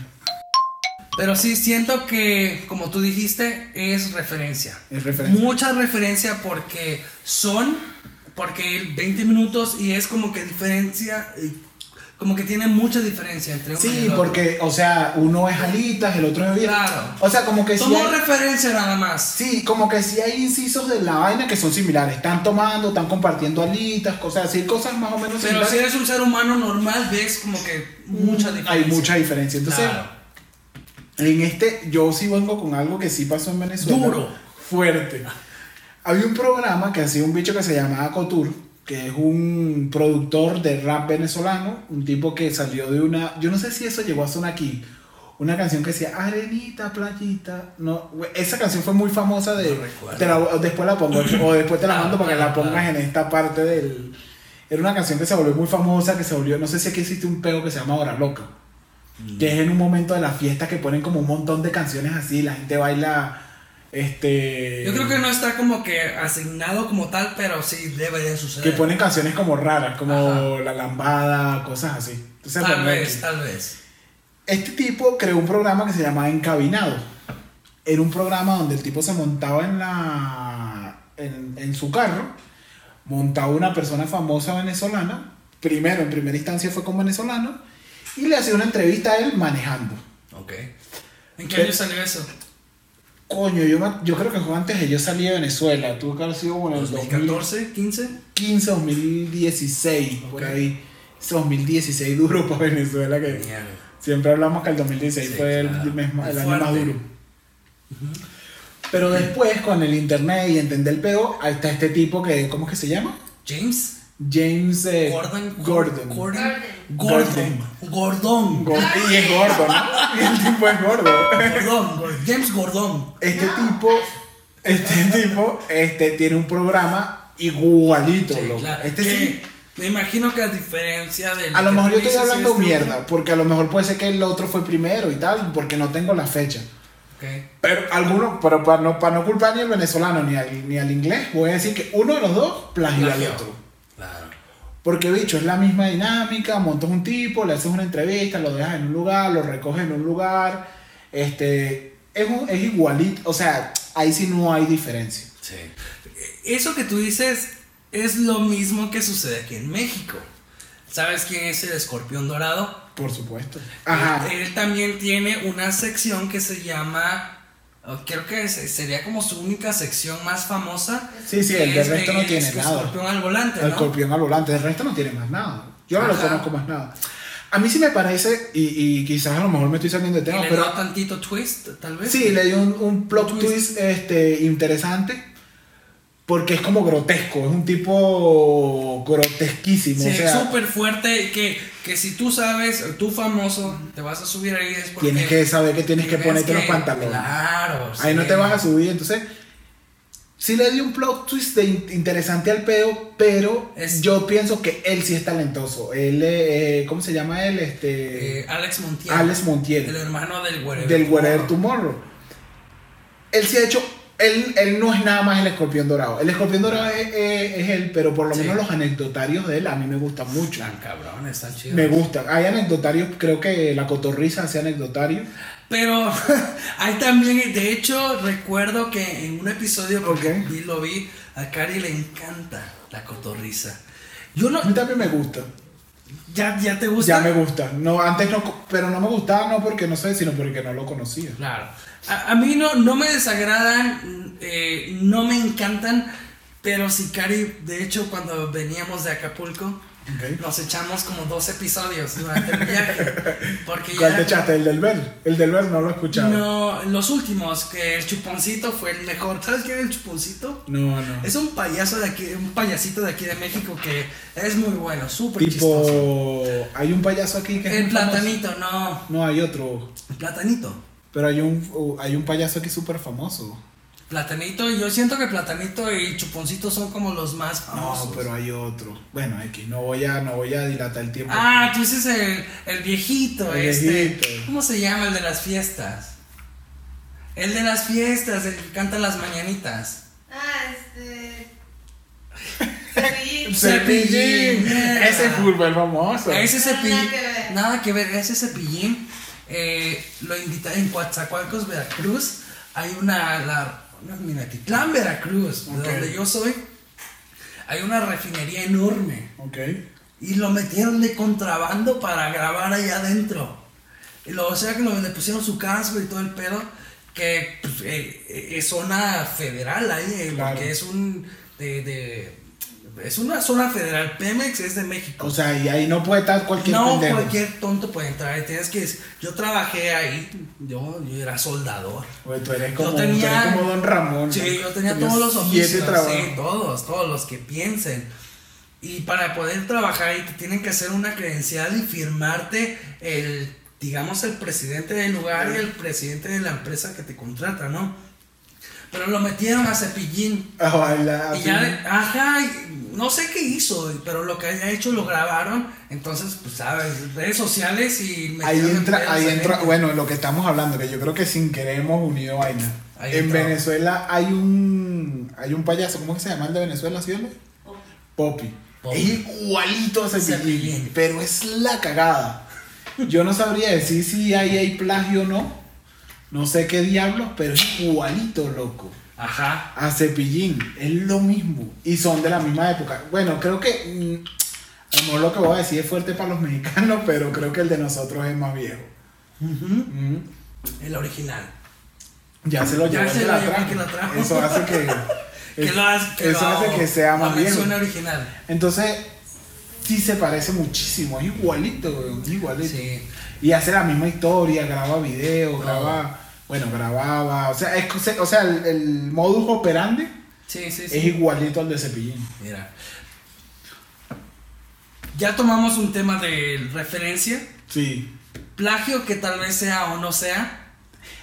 Speaker 2: Pero sí, siento que, como tú dijiste, es referencia.
Speaker 1: Es referencia.
Speaker 2: Mucha referencia porque son. Porque 20 minutos y es como que diferencia. eh, Como que tiene mucha diferencia entre uno y
Speaker 1: Sí,
Speaker 2: el otro.
Speaker 1: porque, o sea, uno es alitas, el otro es bebida.
Speaker 2: Claro.
Speaker 1: O sea, como que sí
Speaker 2: Tomó
Speaker 1: hay,
Speaker 2: referencia nada más.
Speaker 1: sí, como que sí hay incisos de la vaina que son similares. Están tomando, están compartiendo alitas, cosas así, cosas más o menos
Speaker 2: Pero
Speaker 1: similares.
Speaker 2: si eres un ser humano normal, ves como que mucha diferencia.
Speaker 1: Hay mucha diferencia. Entonces,
Speaker 2: Claro.
Speaker 1: En este, yo sí vengo con algo que sí pasó en Venezuela.
Speaker 2: Duro.
Speaker 1: Fuerte. Había un programa que hacía un bicho que se llamaba Couture, que es un productor de rap venezolano, un tipo que salió de una. Yo no sé si eso llegó a sonar aquí. una canción que decía Arenita, playita. No, güey, esa canción fue muy famosa de.
Speaker 2: No recuerdo.
Speaker 1: te la- después la pongo, o después te la
Speaker 2: Ah,
Speaker 1: mando para que la
Speaker 2: ah,
Speaker 1: pongas en esta parte del. Era una canción que se volvió muy famosa, que se volvió. No sé si aquí existe un pego que se llama Hora Loca. Que es en un momento de la fiesta que ponen como un montón de canciones así, la gente baila. Este.
Speaker 2: Yo creo que no está como que asignado como tal, pero sí debe de suceder.
Speaker 1: Que ponen canciones como raras, como
Speaker 2: Ajá.
Speaker 1: La Lambada, cosas así. Entonces,
Speaker 2: Tal
Speaker 1: bueno,
Speaker 2: vez,
Speaker 1: aquí.
Speaker 2: tal vez.
Speaker 1: Este tipo creó un programa que se llamaba Encabinado. Era un programa donde el tipo se montaba en la. en, en su carro, montaba una persona famosa venezolana. Primero, en primera instancia fue con venezolano. Y le hacía una entrevista a él manejando.
Speaker 2: Ok. ¿En qué
Speaker 1: ¿Qué?
Speaker 2: año salió eso?
Speaker 1: Coño, yo, me- yo creo que fue antes de yo salir de Venezuela. Tuvo que haber sido como en el 2014.
Speaker 2: 2014, 15.
Speaker 1: 15, 2016, por
Speaker 2: Ok.
Speaker 1: ahí. Ese 2016 duro para Venezuela que
Speaker 2: Mierda.
Speaker 1: siempre hablamos que el 2016
Speaker 2: Sí,
Speaker 1: fue el
Speaker 2: claro.
Speaker 1: mes ma- el,
Speaker 2: Muy
Speaker 1: año más
Speaker 2: fuerte.
Speaker 1: duro. Pero después con el internet y entender el peo, ahí está este tipo que, ¿cómo es que se llama?
Speaker 2: James
Speaker 1: James eh,
Speaker 2: Gordon.
Speaker 1: Gordon.
Speaker 2: Gordon.
Speaker 1: Gordon.
Speaker 2: Gordon. Gordon.
Speaker 1: Gor- y es gordo, ¿no? Y el tipo es gordo.
Speaker 2: Gordon. Gor- James Gordon.
Speaker 1: Este tipo, este tipo, este tiene un programa igualito,
Speaker 2: Sí,
Speaker 1: loco.
Speaker 2: claro.
Speaker 1: Este
Speaker 2: Que
Speaker 1: sí.
Speaker 2: Me imagino que a diferencia del.
Speaker 1: A lo
Speaker 2: que
Speaker 1: mejor
Speaker 2: tú
Speaker 1: yo estoy
Speaker 2: dices,
Speaker 1: hablando
Speaker 2: es tú.
Speaker 1: mierda, porque a lo mejor puede ser que el otro fue primero y tal, porque no tengo la fecha.
Speaker 2: Ok.
Speaker 1: Pero alguno, pero para no, para no culpar ni al venezolano ni al, ni al inglés, voy a decir que uno de los dos plagió al
Speaker 2: Plagió.
Speaker 1: otro.
Speaker 2: Claro.
Speaker 1: Porque, bicho, es la misma dinámica, montas un tipo, le haces una entrevista, lo dejas en un lugar, lo recoges en un lugar, este, es, un- es igualito, o sea, ahí sí no hay diferencia.
Speaker 2: Sí. Eso que tú dices es lo mismo que sucede aquí en México. ¿Sabes quién es el escorpión dorado?
Speaker 1: Por supuesto. Ajá.
Speaker 2: Él, él también tiene una sección que se llama. oh, Creo que se- sería como su única sección más famosa.
Speaker 1: Sí, sí,
Speaker 2: que
Speaker 1: el del
Speaker 2: es
Speaker 1: resto no
Speaker 2: el
Speaker 1: tiene nada.
Speaker 2: Escorpión al volante,
Speaker 1: El
Speaker 2: ¿no?
Speaker 1: escorpión al volante, el resto no tiene más nada. Yo no lo
Speaker 2: Ajá.
Speaker 1: conozco más nada. A mí sí me parece, y, y quizás a lo mejor me estoy saliendo de
Speaker 2: Y
Speaker 1: tema,
Speaker 2: le
Speaker 1: pero
Speaker 2: da tantito twist, tal vez.
Speaker 1: sí, le dio un, un plot
Speaker 2: Un
Speaker 1: twist, este, interesante, porque es como grotesco, es un tipo grotesquísimo.
Speaker 2: Sí,
Speaker 1: o sea,
Speaker 2: súper fuerte que, que si tú sabes, tú famoso, te vas a subir ahí es porque
Speaker 1: tienes que saber que tienes que
Speaker 2: ves
Speaker 1: ponerte los
Speaker 2: que-
Speaker 1: pantalones.
Speaker 2: Claro.
Speaker 1: Ahí
Speaker 2: sí.
Speaker 1: no te vas a subir, entonces... Sí le dio un plot twist de in- interesante al peo, pero
Speaker 2: Es-
Speaker 1: yo pienso que él sí es talentoso. Él, eh, eh, ¿cómo se llama él? Este...
Speaker 2: Eh, Alex Montiel.
Speaker 1: Alex Montiel,
Speaker 2: El hermano del Wherever.
Speaker 1: del Wherever
Speaker 2: Tomorrow.
Speaker 1: Tomorrow. Él se ha hecho, él, él no es nada más el escorpión dorado. El escorpión dorado es, es- es él, pero por lo
Speaker 2: Sí.
Speaker 1: menos los anecdotarios de él a mí me gustan mucho.
Speaker 2: Tan cabrón, están chidos.
Speaker 1: Me gustan. Hay anecdotarios, creo que la cotorriza hace anecdotario.
Speaker 2: Pero hay también, de hecho, recuerdo que en un episodio porque
Speaker 1: Ok.
Speaker 2: vi- lo vi, a Cari le encanta la cotorriza. Yo no.
Speaker 1: A mí también me gusta.
Speaker 2: ¿Ya, ya te gusta?
Speaker 1: Ya me gusta. No, antes no, co- pero no me gustaba no porque no sé, sino porque no lo conocía.
Speaker 2: Claro. A, a mí no, no me desagradan, eh, no me encantan, pero si Cari, de hecho, cuando veníamos de Acapulco,
Speaker 1: Ok.
Speaker 2: nos echamos como dos episodios durante el viaje. Porque
Speaker 1: ¿Cuál
Speaker 2: ya-
Speaker 1: te echaste? El del Ver. El del Ver no lo he escuchado.
Speaker 2: No, los últimos, que el chuponcito fue el mejor. ¿Sabes quién era el chuponcito?
Speaker 1: no. no.
Speaker 2: Es un payaso de aquí, un payasito de aquí de México que es muy bueno, súper chistoso.
Speaker 1: tipo, hay un payaso aquí que es
Speaker 2: El
Speaker 1: muy famoso.
Speaker 2: platanito, no,
Speaker 1: No, hay otro.
Speaker 2: el platanito.
Speaker 1: Pero hay un, uh, hay un payaso aquí súper famoso.
Speaker 2: Platanito, yo siento que Platanito y Chuponcito son como los más famosos.
Speaker 1: No, pero hay otro. Bueno, X, no voy a, no voy a dilatar el tiempo.
Speaker 2: Ah, tú dices el, el viejito,
Speaker 1: El
Speaker 2: este.
Speaker 1: viejito.
Speaker 2: ¿Cómo se llama el de las fiestas? El de las fiestas, el que canta las mañanitas.
Speaker 3: Ah, este. Cepillín.
Speaker 1: cepillín.
Speaker 2: Cepillín.
Speaker 1: Ese fútbol famoso.
Speaker 2: Ese
Speaker 3: Nada
Speaker 2: cepillín.
Speaker 3: que ver.
Speaker 2: Nada que ver, ese cepillín. eh, lo invita en Coatzacoalcos, Veracruz. Hay una. La, no, Minatitlán, Veracruz,
Speaker 1: Ok.
Speaker 2: de donde yo soy. Hay una refinería enorme.
Speaker 1: Ok.
Speaker 2: Y lo metieron de contrabando para grabar allá adentro. Y lo, o sea que lo- le pusieron su casco y todo el pedo, que pues, eh, eh, es zona federal ahí, eh,
Speaker 1: Claro.
Speaker 2: porque es un... de- de- es una zona federal, Pemex es de México.
Speaker 1: O sea, y ahí no puede estar cualquier
Speaker 2: no
Speaker 1: pendejo.
Speaker 2: cualquier tonto puede entrar, tienes que... Yo trabajé ahí, yo, yo era soldador.
Speaker 1: Oye, tú eres
Speaker 2: Yo
Speaker 1: como, tú
Speaker 2: tenía-
Speaker 1: eres como Don Ramón.
Speaker 2: Sí,
Speaker 1: ¿no?
Speaker 2: yo tenía
Speaker 1: Tenías
Speaker 2: todos los oficios,
Speaker 1: siete trabajos.
Speaker 2: sí, todos, todos los que piensen. Y para poder trabajar ahí te tienen que hacer una credencial y firmarte el digamos, el presidente del lugar y el presidente de la empresa que te contrata, ¿no? Pero lo metieron a cepillín.
Speaker 1: A bailar.
Speaker 2: Y
Speaker 1: así.
Speaker 2: ya, ajá, y no sé qué hizo, pero lo que haya hecho lo grabaron. Entonces, pues, sabes, redes sociales y...
Speaker 1: Ahí
Speaker 2: metieron en
Speaker 1: entra,
Speaker 2: pedos
Speaker 1: ahí
Speaker 2: a
Speaker 1: entra,
Speaker 2: gente.
Speaker 1: bueno, lo que estamos hablando, que yo creo que sin querer hemos unido vaina.
Speaker 2: Ahí
Speaker 1: en
Speaker 2: entra.
Speaker 1: Venezuela hay un hay un payaso, ¿cómo es que se llama el de Venezuela, sí, ole?
Speaker 3: Ok.
Speaker 1: Poppy.
Speaker 2: Poppy.
Speaker 1: Es igualito a Cepillín,
Speaker 2: Cepillín.
Speaker 1: pero es la cagada. Yo no sabría decir si ahí hay plagio o no. No sé qué diablos, pero es igualito, loco.
Speaker 2: Ajá.
Speaker 1: A Cepillín, es lo mismo. Y son de la misma época. Bueno, creo que. mm, a lo mejor lo que voy a decir es fuerte para los mexicanos, pero creo que el de nosotros es más viejo.
Speaker 2: Ujú.
Speaker 1: Mm.
Speaker 2: El original.
Speaker 1: Ya se lo
Speaker 2: Ya
Speaker 1: llevó el
Speaker 2: se
Speaker 1: que
Speaker 2: lo
Speaker 1: la
Speaker 2: llevó el
Speaker 1: trajo.
Speaker 2: que la trajo.
Speaker 1: Eso hace que.
Speaker 2: que
Speaker 1: es-
Speaker 2: lo has- que
Speaker 1: eso
Speaker 2: lo-
Speaker 1: hace que sea más
Speaker 2: la
Speaker 1: viejo.
Speaker 2: versión original.
Speaker 1: Entonces, sí se parece muchísimo. Es igualito, weón, es igualito.
Speaker 2: Sí.
Speaker 1: Y hace la misma historia, graba video,
Speaker 2: Todo.
Speaker 1: graba. Bueno, grababa. O sea, es, que- o sea el, el modus operandi
Speaker 2: Sí, sí, sí.
Speaker 1: es igualito al de Cepillín.
Speaker 2: Mira. Ya tomamos un tema de referencia.
Speaker 1: Sí.
Speaker 2: Plagio que tal vez sea o no sea.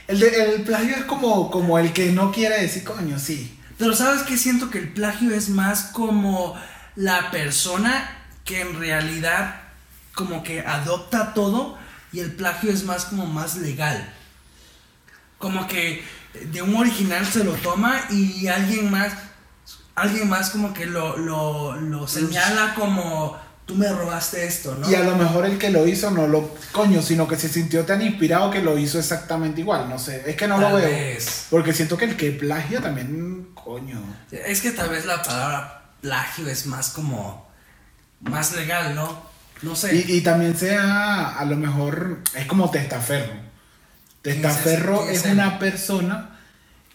Speaker 1: El, de- el plagio es como, como el que no quiere decir coño, sí.
Speaker 2: Pero sabes que siento que el plagio es más como la persona que en realidad como que adopta todo y el plagio es más como más legal. Como que de un original se lo toma y alguien más, alguien más como que lo, lo, lo señala como tú me robaste esto, ¿no?
Speaker 1: Y a lo mejor el que lo hizo no lo coño, sino que se sintió tan inspirado que lo hizo exactamente igual. No sé, es que no
Speaker 2: Tal
Speaker 1: lo veo.
Speaker 2: vez.
Speaker 1: Porque siento que el que plagia también, coño.
Speaker 2: Es que tal vez la palabra plagio es más como. más legal, ¿no? No sé.
Speaker 1: Y, y también sea, a lo mejor, es como testaferro.
Speaker 2: es ese?
Speaker 1: Testaferro
Speaker 2: ¿Quién
Speaker 1: es
Speaker 2: es él?
Speaker 1: una persona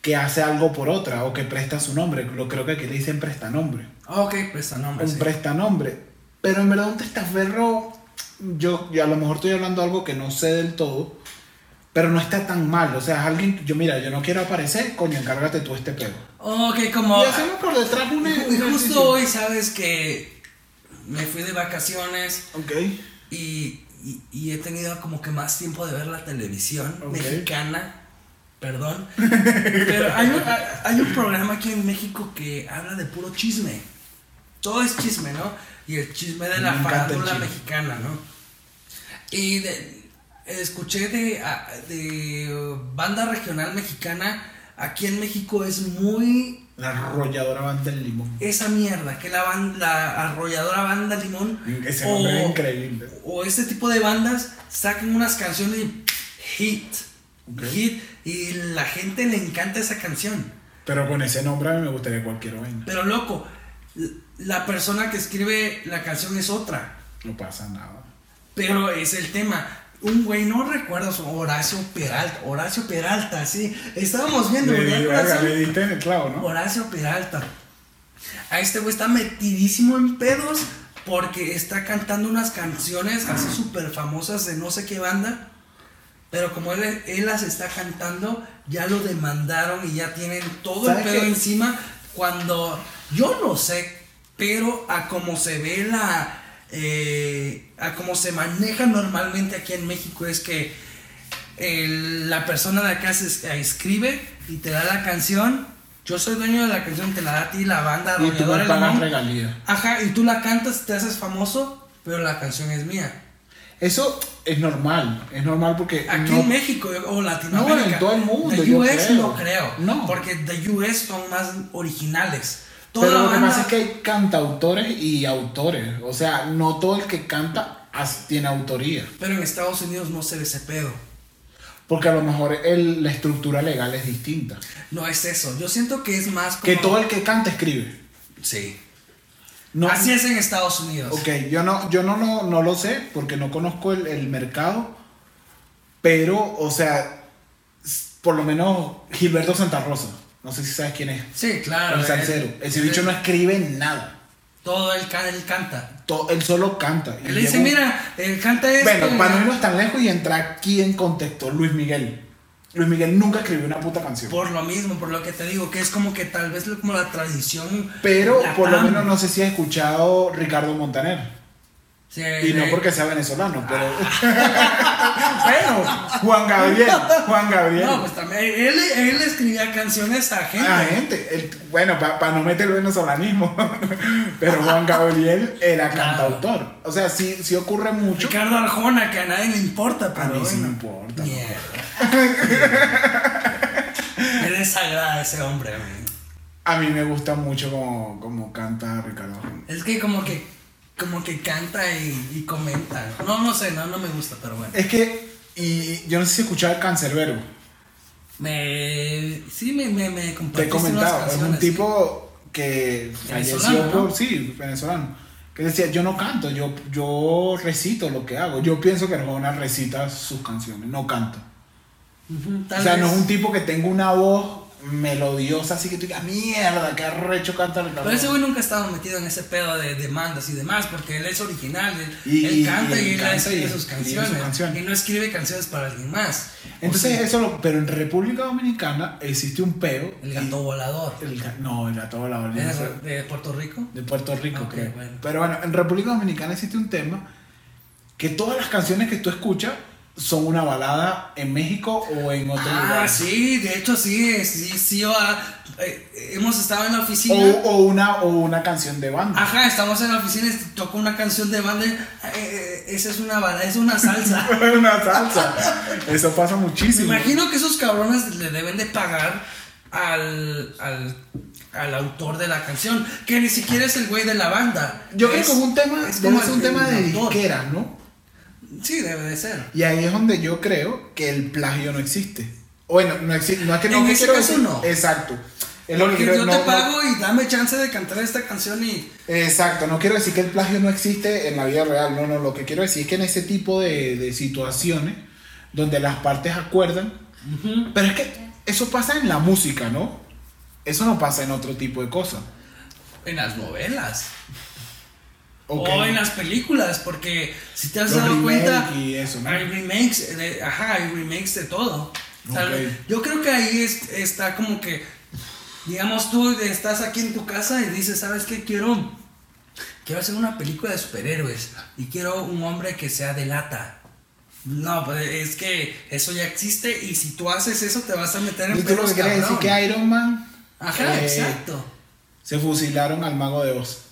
Speaker 1: que hace algo por otra o que presta su nombre. Lo creo que aquí le dicen prestanombre.
Speaker 2: Ah, ok, prestanombre.
Speaker 1: un
Speaker 2: sí.
Speaker 1: prestanombre. Pero en verdad un testaferro, yo, yo a lo mejor estoy hablando algo que no sé del todo, pero no está tan mal. O sea, es alguien, yo mira, yo no quiero aparecer, coño, encárgate tú este pego.
Speaker 2: Ok, como.
Speaker 1: y hacemos por detrás un
Speaker 2: Ju-
Speaker 1: ejercicio.
Speaker 2: Justo hoy, sabes que me fui de vacaciones
Speaker 1: Ok.
Speaker 2: y, y- y he tenido como que más tiempo de ver la televisión
Speaker 1: Ok.
Speaker 2: mexicana. Perdón. Pero hay un, hay un programa aquí en México que habla de puro chisme. Todo es chisme, ¿no? Y el chisme de la
Speaker 1: Me encanta el
Speaker 2: farándula
Speaker 1: chisme.
Speaker 2: mexicana, ¿no? Y de- escuché de, a- de uh, banda regional mexicana, aquí en México es muy
Speaker 1: La arrolladora banda del limón.
Speaker 2: esa mierda, que la, ban- la arrolladora banda Limón
Speaker 1: Ese
Speaker 2: o,
Speaker 1: nombre es increíble.
Speaker 2: o este tipo de bandas sacan unas canciones y hit,
Speaker 1: Ok.
Speaker 2: hit, y la gente le encanta esa canción.
Speaker 1: Pero con ese nombre a mí me gustaría cualquier vaina.
Speaker 2: Pero loco, l- la persona que escribe la canción es otra.
Speaker 1: No pasa nada.
Speaker 2: Pero es el tema. Un güey, no recuerdo su Horacio Peralta. Horacio Peralta, sí. Estábamos viendo,
Speaker 1: Le,
Speaker 2: ¿verdad,
Speaker 1: di-
Speaker 2: corazón?
Speaker 1: le diste en el clavo, ¿no?
Speaker 2: Horacio Peralta. A este güey está metidísimo en pedos porque está cantando unas canciones así súper famosas de no sé qué banda. Pero como él, él las está cantando, ya lo demandaron y ya tienen todo el
Speaker 1: ¿Sabes
Speaker 2: pedo
Speaker 1: qué?
Speaker 2: encima. Cuando yo no sé, pero a como se ve la. eh, a como se maneja normalmente aquí en México es que el- la persona de acá se es- eh, escribe y te da la canción. Yo soy dueño de la canción, te la da a ti la banda
Speaker 1: Y tú
Speaker 2: Arrolladora
Speaker 1: me
Speaker 2: del
Speaker 1: pagas
Speaker 2: Limón.
Speaker 1: regalías.
Speaker 2: Ajá, y tú la cantas, te haces famoso, pero la canción es mía.
Speaker 1: Eso es normal. Es normal porque.
Speaker 2: Aquí
Speaker 1: no-
Speaker 2: en México yo- o Latinoamérica.
Speaker 1: No, en todo el mundo,
Speaker 2: The
Speaker 1: yo
Speaker 2: US
Speaker 1: creo.
Speaker 2: no creo.
Speaker 1: No.
Speaker 2: Porque The US son más originales. Toda
Speaker 1: Pero
Speaker 2: la
Speaker 1: lo que
Speaker 2: banda-
Speaker 1: pasa es que hay cantautores y autores. O sea, no todo el que canta as- tiene autoría.
Speaker 2: Pero en Estados Unidos no se ve ese pedo.
Speaker 1: Porque a lo mejor el- la estructura legal es distinta.
Speaker 2: No es eso. Yo siento que es más como...
Speaker 1: Que todo el que canta escribe.
Speaker 2: Sí.
Speaker 1: No,
Speaker 2: Así es en Estados Unidos.
Speaker 1: Ok, yo no, yo no, no, no lo sé porque no conozco el, el mercado. Pero, o sea, s- por lo menos Gilberto Santa Rosa. No sé si sabes quién es.
Speaker 2: Sí, claro.
Speaker 1: El
Speaker 2: eh.
Speaker 1: salsero. Ese
Speaker 2: Él-
Speaker 1: bicho no escribe nada.
Speaker 2: Todo él, ca- él canta.
Speaker 1: To- él solo canta. Y
Speaker 2: Él
Speaker 1: llega
Speaker 2: dice,
Speaker 1: un-
Speaker 2: mira, él canta esto.
Speaker 1: Bueno,
Speaker 2: y-
Speaker 1: para no irnos tan lejos y entrar aquí en contexto, Luis Miguel. Luis Miguel nunca escribió una puta canción.
Speaker 2: Por lo mismo, por lo que te digo, que es como que tal vez lo- como la tradición.
Speaker 1: pero por lo
Speaker 2: latam.
Speaker 1: menos no sé si has escuchado Ricardo Montaner.
Speaker 2: Sí, Se
Speaker 1: Y no
Speaker 2: ve-
Speaker 1: porque sea venezolano, pero. bueno, Juan Gabriel. Juan Gabriel.
Speaker 2: ah. No, pues también. Él, él escribía canciones a gente.
Speaker 1: Ah, gente. el- bueno, para no meter el venezolanismo. pero Juan Gabriel era
Speaker 2: Claro.
Speaker 1: cantautor. O sea, sí, sí ocurre mucho.
Speaker 2: Ricardo Arjona, que a nadie le importa, pero.
Speaker 1: A mí sí me
Speaker 2: bueno.
Speaker 1: importa. ¿no?
Speaker 2: Mierda. Me desagrada ese hombre, güey.
Speaker 1: A mí me gusta mucho como, como canta Ricardo.
Speaker 2: Es que como que. Como que canta y, y comenta. No, no sé, no, no me gusta, pero bueno.
Speaker 1: Es que, y yo no sé si escuchaba el cancerbero.
Speaker 2: Me. Sí, me, me, me
Speaker 1: Te he
Speaker 2: compartiste unas
Speaker 1: comentado, es un
Speaker 2: canciones,
Speaker 1: tipo que falleció
Speaker 2: Venezolano,
Speaker 1: por,
Speaker 2: ¿no?
Speaker 1: sí, venezolano. Que decía, yo no canto, yo, yo recito lo que hago. Yo pienso que Arjona recita sus canciones, no canto.
Speaker 2: sí. Ujú, tal
Speaker 1: o sea, no
Speaker 2: vez.
Speaker 1: es un tipo que tenga una voz melodiosa, así que tú digas, "Ah, mierda, qué arrecho canta Ricardo.
Speaker 2: Pero ese güey nunca ha estado metido en ese pedo de demandas y demás, porque él es original, él,
Speaker 1: Y-
Speaker 2: él
Speaker 1: y-
Speaker 2: canta y,
Speaker 1: y
Speaker 2: él
Speaker 1: canta
Speaker 2: hace
Speaker 1: y
Speaker 2: sus
Speaker 1: escribe sus
Speaker 2: canciones,
Speaker 1: canciones.
Speaker 2: Y no escribe canciones para alguien más.
Speaker 1: Entonces,
Speaker 2: O sea,
Speaker 1: eso, lo- pero en República Dominicana existe un peo.
Speaker 2: el gato volador.
Speaker 1: y- el ga- no, el gato volador. yo no sé.
Speaker 2: ¿Es de Puerto Rico?
Speaker 1: De Puerto Rico,
Speaker 2: Ok,
Speaker 1: creo.
Speaker 2: bueno.
Speaker 1: Pero bueno, en República Dominicana existe un tema que todas las canciones que tú escuchas son una balada en México o en otro
Speaker 2: Ah,
Speaker 1: lugar.
Speaker 2: sí, de hecho sí, sí, sí, va. Eh, hemos estado en la
Speaker 1: O,
Speaker 2: oficina.
Speaker 1: o una, o una canción de banda.
Speaker 2: Ajá, estamos en la oficina y tocó una canción de banda. y, eh, eh, esa es una bala, es una salsa.
Speaker 1: una salsa. Eso pasa
Speaker 2: Me
Speaker 1: muchísimo.
Speaker 2: imagino que esos cabrones le deben de pagar al, al, al autor de la canción, que ni siquiera es el güey de la banda.
Speaker 1: Yo creo
Speaker 2: Es-
Speaker 1: que es un tema,
Speaker 2: es
Speaker 1: debe
Speaker 2: como
Speaker 1: ser
Speaker 2: el-
Speaker 1: un tema
Speaker 2: el
Speaker 1: de
Speaker 2: autor.
Speaker 1: disquera, ¿no?
Speaker 2: Sí, debe de ser.
Speaker 1: Y ahí es donde yo creo que el plagio no existe. Bueno, no existe, no es que no
Speaker 2: En
Speaker 1: que
Speaker 2: ese
Speaker 1: quiero
Speaker 2: caso, no.
Speaker 1: Exacto. Es lo que
Speaker 2: Porque
Speaker 1: quiero-
Speaker 2: yo
Speaker 1: no-
Speaker 2: te
Speaker 1: no-
Speaker 2: pago y dame chance de cantar esta canción y...
Speaker 1: Exacto, no quiero decir que el plagio no existe en la vida real, no, no, lo que quiero decir es que en ese tipo de, de situaciones donde las partes acuerdan, pero es que eso pasa en la música, ¿no? Eso no pasa en otro tipo de cosas.
Speaker 2: En las novelas.
Speaker 1: Ok.
Speaker 2: O en las películas, porque si te has
Speaker 1: Los
Speaker 2: dado
Speaker 1: remake
Speaker 2: cuenta...
Speaker 1: y eso, ¿no?
Speaker 2: Hay remakes, de- ajá, hay remakes de todo. Tal
Speaker 1: Ok.
Speaker 2: vez- yo creo que ahí es- está como que, digamos, tú estás aquí en tu casa y dices, ¿sabes qué? Quiero, quiero hacer una película de superhéroes y quiero un hombre que sea de lata. No, pues es que eso ya existe y si tú haces eso te vas a meter en
Speaker 1: ¿Y tú lo
Speaker 2: pedos
Speaker 1: que quieres decir
Speaker 2: cabrón.
Speaker 1: que Iron Man
Speaker 2: Ajá,
Speaker 1: eh,
Speaker 2: exacto.
Speaker 1: se fusilaron al mago de Oz?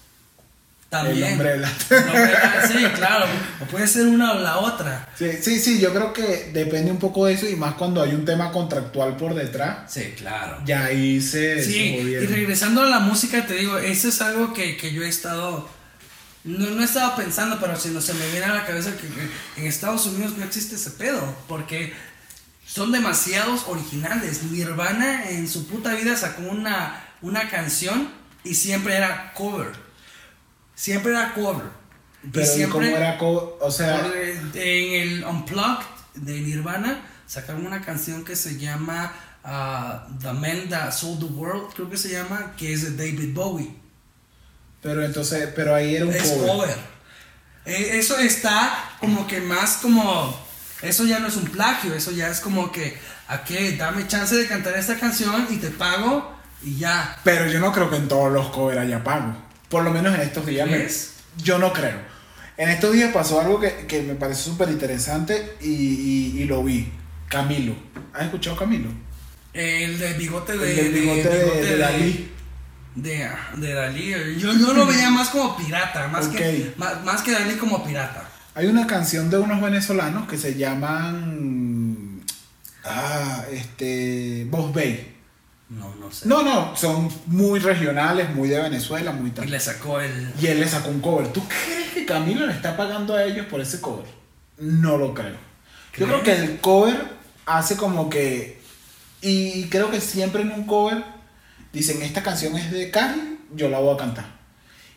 Speaker 2: También.
Speaker 1: el hombre de
Speaker 2: El
Speaker 1: lata.
Speaker 2: hombre de lata, sí, claro. O puede ser una o la otra.
Speaker 1: Sí, sí, sí, yo creo que depende un poco de eso y más cuando hay un tema contractual por detrás,
Speaker 2: Sí, claro.
Speaker 1: ya ahí se... se
Speaker 2: Sí, y
Speaker 1: movieron.
Speaker 2: regresando a la música, te digo, eso es algo que, que yo he estado. No, no he estado pensando, pero si no se me viene a la cabeza que, que en Estados Unidos no existe ese pedo, porque son demasiados originales. Nirvana en su puta vida sacó una, una canción y siempre era cover. Siempre era cover. Y
Speaker 1: Pero ¿y
Speaker 2: siempre-
Speaker 1: cómo era... co- o sea...
Speaker 2: por, eh, en el Unplugged de Nirvana sacaron una canción que se llama ah, The Man That Sold the World, creo que se llama, que es de David Bowie.
Speaker 1: Pero entonces, pero ahí era un
Speaker 2: Es
Speaker 1: cover.
Speaker 2: cover. Eh, Eso está como que más como. Eso ya no es un plagio, eso ya es como que. ¿A qué? Dame chance de cantar esta canción y te pago y ya.
Speaker 1: Pero yo no creo que en todos los covers haya pago. Por lo menos en estos días. me-
Speaker 2: ¿Crees?
Speaker 1: yo no creo. En estos días pasó algo que, que me pareció súper interesante y, y- y lo vi. Camilo. ¿Has escuchado Camilo?
Speaker 2: El de bigote
Speaker 1: El
Speaker 2: de.
Speaker 1: del bigote de,
Speaker 2: bigote
Speaker 1: de Dalí.
Speaker 2: De, de Dalí. Yo, yo lo veía más como pirata, más, que,
Speaker 1: Ok.
Speaker 2: más, más que Dalí como pirata.
Speaker 1: Hay una canción de unos venezolanos que se llaman. Ah, este. Boss Bay.
Speaker 2: No, no sé.
Speaker 1: No, no, son muy regionales, muy de Venezuela, muy
Speaker 2: Y
Speaker 1: tal.
Speaker 2: le sacó el.
Speaker 1: Y él le sacó un cover. ¿Tú crees que Camilo le está pagando a ellos por ese cover? No lo creo. Yo creo que el cover hace como que. Y creo que siempre en un cover dicen: Esta canción es de Cari, yo la voy a cantar.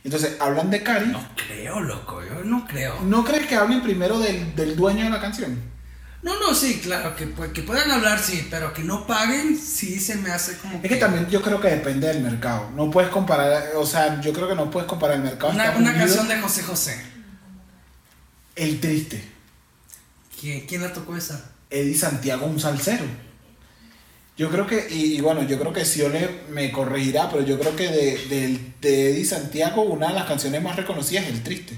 Speaker 1: Entonces hablan de Cari.
Speaker 2: No creo, loco, yo no creo.
Speaker 1: ¿No crees que hablen primero del, del dueño de la canción?
Speaker 2: No, no, sí, claro, que, pu- que puedan hablar, sí, pero que no paguen, sí se me hace como.
Speaker 1: Es que también yo creo que depende del mercado. No puedes comparar, o sea, yo creo que no puedes comparar el mercado. de
Speaker 2: Una,
Speaker 1: Estados
Speaker 2: una
Speaker 1: Unidos-
Speaker 2: canción de José José.
Speaker 1: El triste.
Speaker 2: ¿Quién, quién la tocó esa?
Speaker 1: Eddie Santiago un salsero. Yo creo que, y, y bueno, yo creo que Siole me corregirá, pero yo creo que de, del- de Eddie Santiago una de las canciones más reconocidas es El Triste.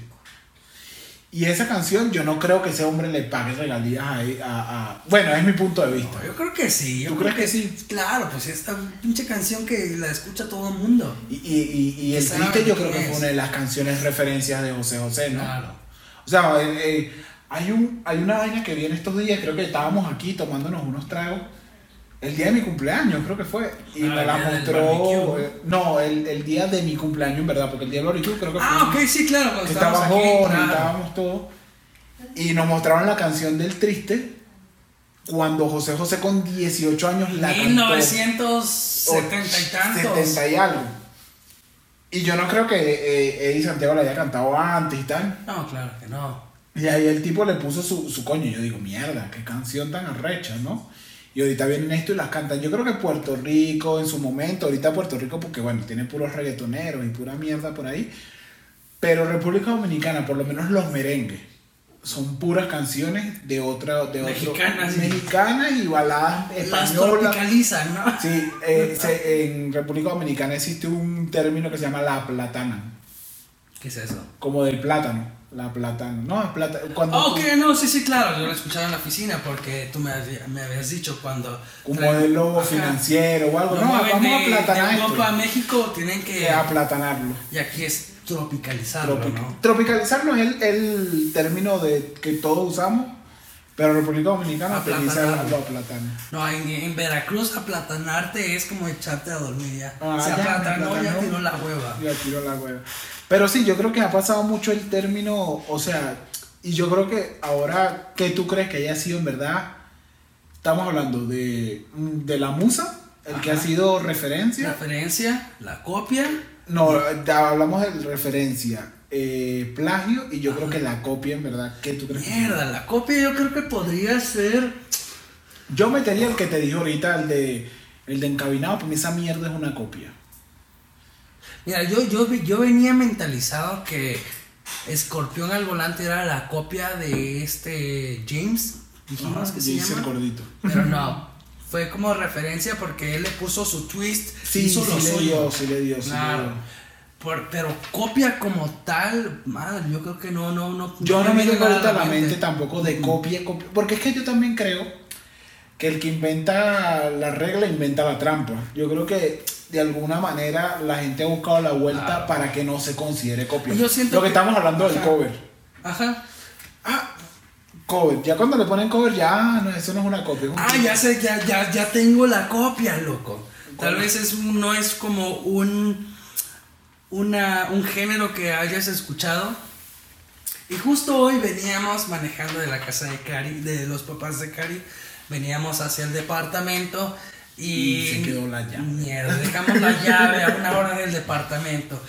Speaker 1: Y esa canción, yo no creo que ese hombre le pague regalías ahí a, a- Bueno, es mi punto de vista.
Speaker 2: No, yo creo que sí. yo
Speaker 1: ¿Tú
Speaker 2: creo
Speaker 1: crees que sí?
Speaker 2: Claro, pues esta pinche canción que la escucha todo el mundo.
Speaker 1: Y, y, y- y el
Speaker 2: Que sabe
Speaker 1: triste yo
Speaker 2: quién
Speaker 1: creo que
Speaker 2: es.
Speaker 1: fue una de las canciones referencias de José José, ¿no?
Speaker 2: Claro.
Speaker 1: O sea, el- el- hay, un, hay una vaina que vi en estos días, creo que estábamos aquí tomándonos unos tragos. El día de mi cumpleaños, creo que fue. Y
Speaker 2: Ah,
Speaker 1: me
Speaker 2: el
Speaker 1: la
Speaker 2: día del
Speaker 1: mostró.
Speaker 2: barbecue.
Speaker 1: eh, No, el, el día de mi cumpleaños, en verdad, porque el día del barbecue creo que fue.
Speaker 2: Ah, ok, sí, claro. Cuando
Speaker 1: Estaba
Speaker 2: estábamos aquí,
Speaker 1: joven,
Speaker 2: claro.
Speaker 1: estábamos todos. Y nos mostraron la canción del triste cuando José José con 18 años la cantó.
Speaker 2: 1970 y tantos.
Speaker 1: 70 y algo. Y yo no creo que eh, Eddie Santiago la haya cantado antes y tal.
Speaker 2: No, claro que no.
Speaker 1: Y ahí el tipo le puso su, su coño. Yo digo, mierda, qué canción tan arrecha, ¿no? Y ahorita vienen esto y las cantan. Yo creo que Puerto Rico en su momento, ahorita Puerto Rico, porque bueno, tiene puros reggaetoneros y pura mierda por ahí. Pero República Dominicana, por lo menos los merengues, son puras canciones de otra. De otro-
Speaker 2: Mexicanas, sí.
Speaker 1: mexicanas y baladas
Speaker 2: Las
Speaker 1: españolas.
Speaker 2: tropicalizan, ¿no?
Speaker 1: Sí, eh, se- en República Dominicana existe un término que se llama la platana,
Speaker 2: ¿Qué es eso?
Speaker 1: como del plátano. La platana, no, es plata- cuando
Speaker 2: Ah,
Speaker 1: tú-
Speaker 2: ok, no, sí, sí, claro. Yo lo escuchaba en la oficina porque tú me, había- me habías dicho cuando.
Speaker 1: un
Speaker 2: traen-
Speaker 1: modelo
Speaker 2: Ajá.
Speaker 1: financiero o algo.
Speaker 2: Lo
Speaker 1: No,
Speaker 2: mueven
Speaker 1: vamos a
Speaker 2: de-
Speaker 1: platanar
Speaker 2: de Europa a
Speaker 1: esto.
Speaker 2: México tienen que.
Speaker 1: Eh, aplatanarlo.
Speaker 2: Y aquí es tropicalizarlo,
Speaker 1: Tropic-
Speaker 2: ¿no?
Speaker 1: Tropicalizarlo es el, el término de que todos usamos, pero República Dominicana utiliza
Speaker 2: Aplatanarlo.
Speaker 1: lo aplatana.
Speaker 2: No, en, en Veracruz aplatanarte es como echarte a dormir ya.
Speaker 1: Ah,
Speaker 2: Se
Speaker 1: ya,
Speaker 2: aplatanó, ya
Speaker 1: aplatanó.
Speaker 2: tiró la hueva.
Speaker 1: Ya tiró la hueva. Pero sí, yo creo que ha pasado mucho el término, o sea, y yo creo que ahora, ¿qué tú crees que haya sido en verdad? Estamos hablando de, de la musa, el que ha
Speaker 2: Ajá.
Speaker 1: sido referencia.
Speaker 2: Referencia, la copia.
Speaker 1: No, ya hablamos de referencia, eh, plagio, y yo creo que la copia en verdad, ¿qué tú crees? que-
Speaker 2: Mierda, la copia yo creo que podría ser.
Speaker 1: Yo metería el que te dije ahorita, el de, el de encabinado, porque esa mierda es una copia.
Speaker 2: Mira, yo, yo, vi- yo venía mentalizado que Escorpión al volante era la copia de este James, dijimos
Speaker 1: Ajá,
Speaker 2: que se
Speaker 1: y dice el
Speaker 2: llama.
Speaker 1: gordito.
Speaker 2: Pero no, fue como referencia porque él le puso su twist,
Speaker 1: Sí,
Speaker 2: hizo lo
Speaker 1: sí le
Speaker 2: suyo.
Speaker 1: dio, sí le dio, sí le
Speaker 2: Claro.
Speaker 1: dio.
Speaker 2: Por- pero copia como tal, madre, yo creo que no, no, no.
Speaker 1: Yo no me
Speaker 2: viene
Speaker 1: tengo
Speaker 2: nada
Speaker 1: ahorita
Speaker 2: a
Speaker 1: la mente tampoco de copia, copia. Porque es que yo también creo que el que inventa la regla inventa la trampa. Yo creo que de alguna manera la gente ha buscado la vuelta
Speaker 2: Claro.
Speaker 1: para que no se considere copia.
Speaker 2: Y yo siento
Speaker 1: Lo que,
Speaker 2: que-
Speaker 1: estamos hablando del
Speaker 2: Ajá.
Speaker 1: cover.
Speaker 2: Ajá.
Speaker 1: Ah, cover. Ya cuando le ponen cover, ya ah, no, eso no es una copia. es un-
Speaker 2: Ah, ya sé, ya, ya, ya tengo la copia, loco. Tal vez es un- no es como un, una, un género que hayas escuchado. Y justo hoy veníamos manejando de la casa de Cari, de los papás de Cari, veníamos hacia el departamento y...
Speaker 1: Y se quedó la llave.
Speaker 2: Mierda, dejamos la llave a una hora del departamento.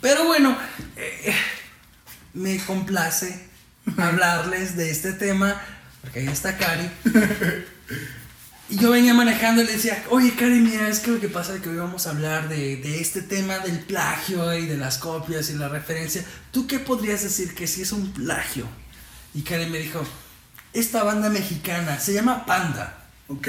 Speaker 2: Pero bueno, eh, me complace hablarles de este tema, porque ahí está Cari. Y yo venía manejando y le decía, oye Cari, mira, es que lo que pasa es que hoy vamos a hablar de, de este tema del plagio y de las copias y la referencia. ¿Tú qué podrías decir que sí es un plagio? Y Cari me dijo, esta banda mexicana se llama Panda.
Speaker 1: Ok.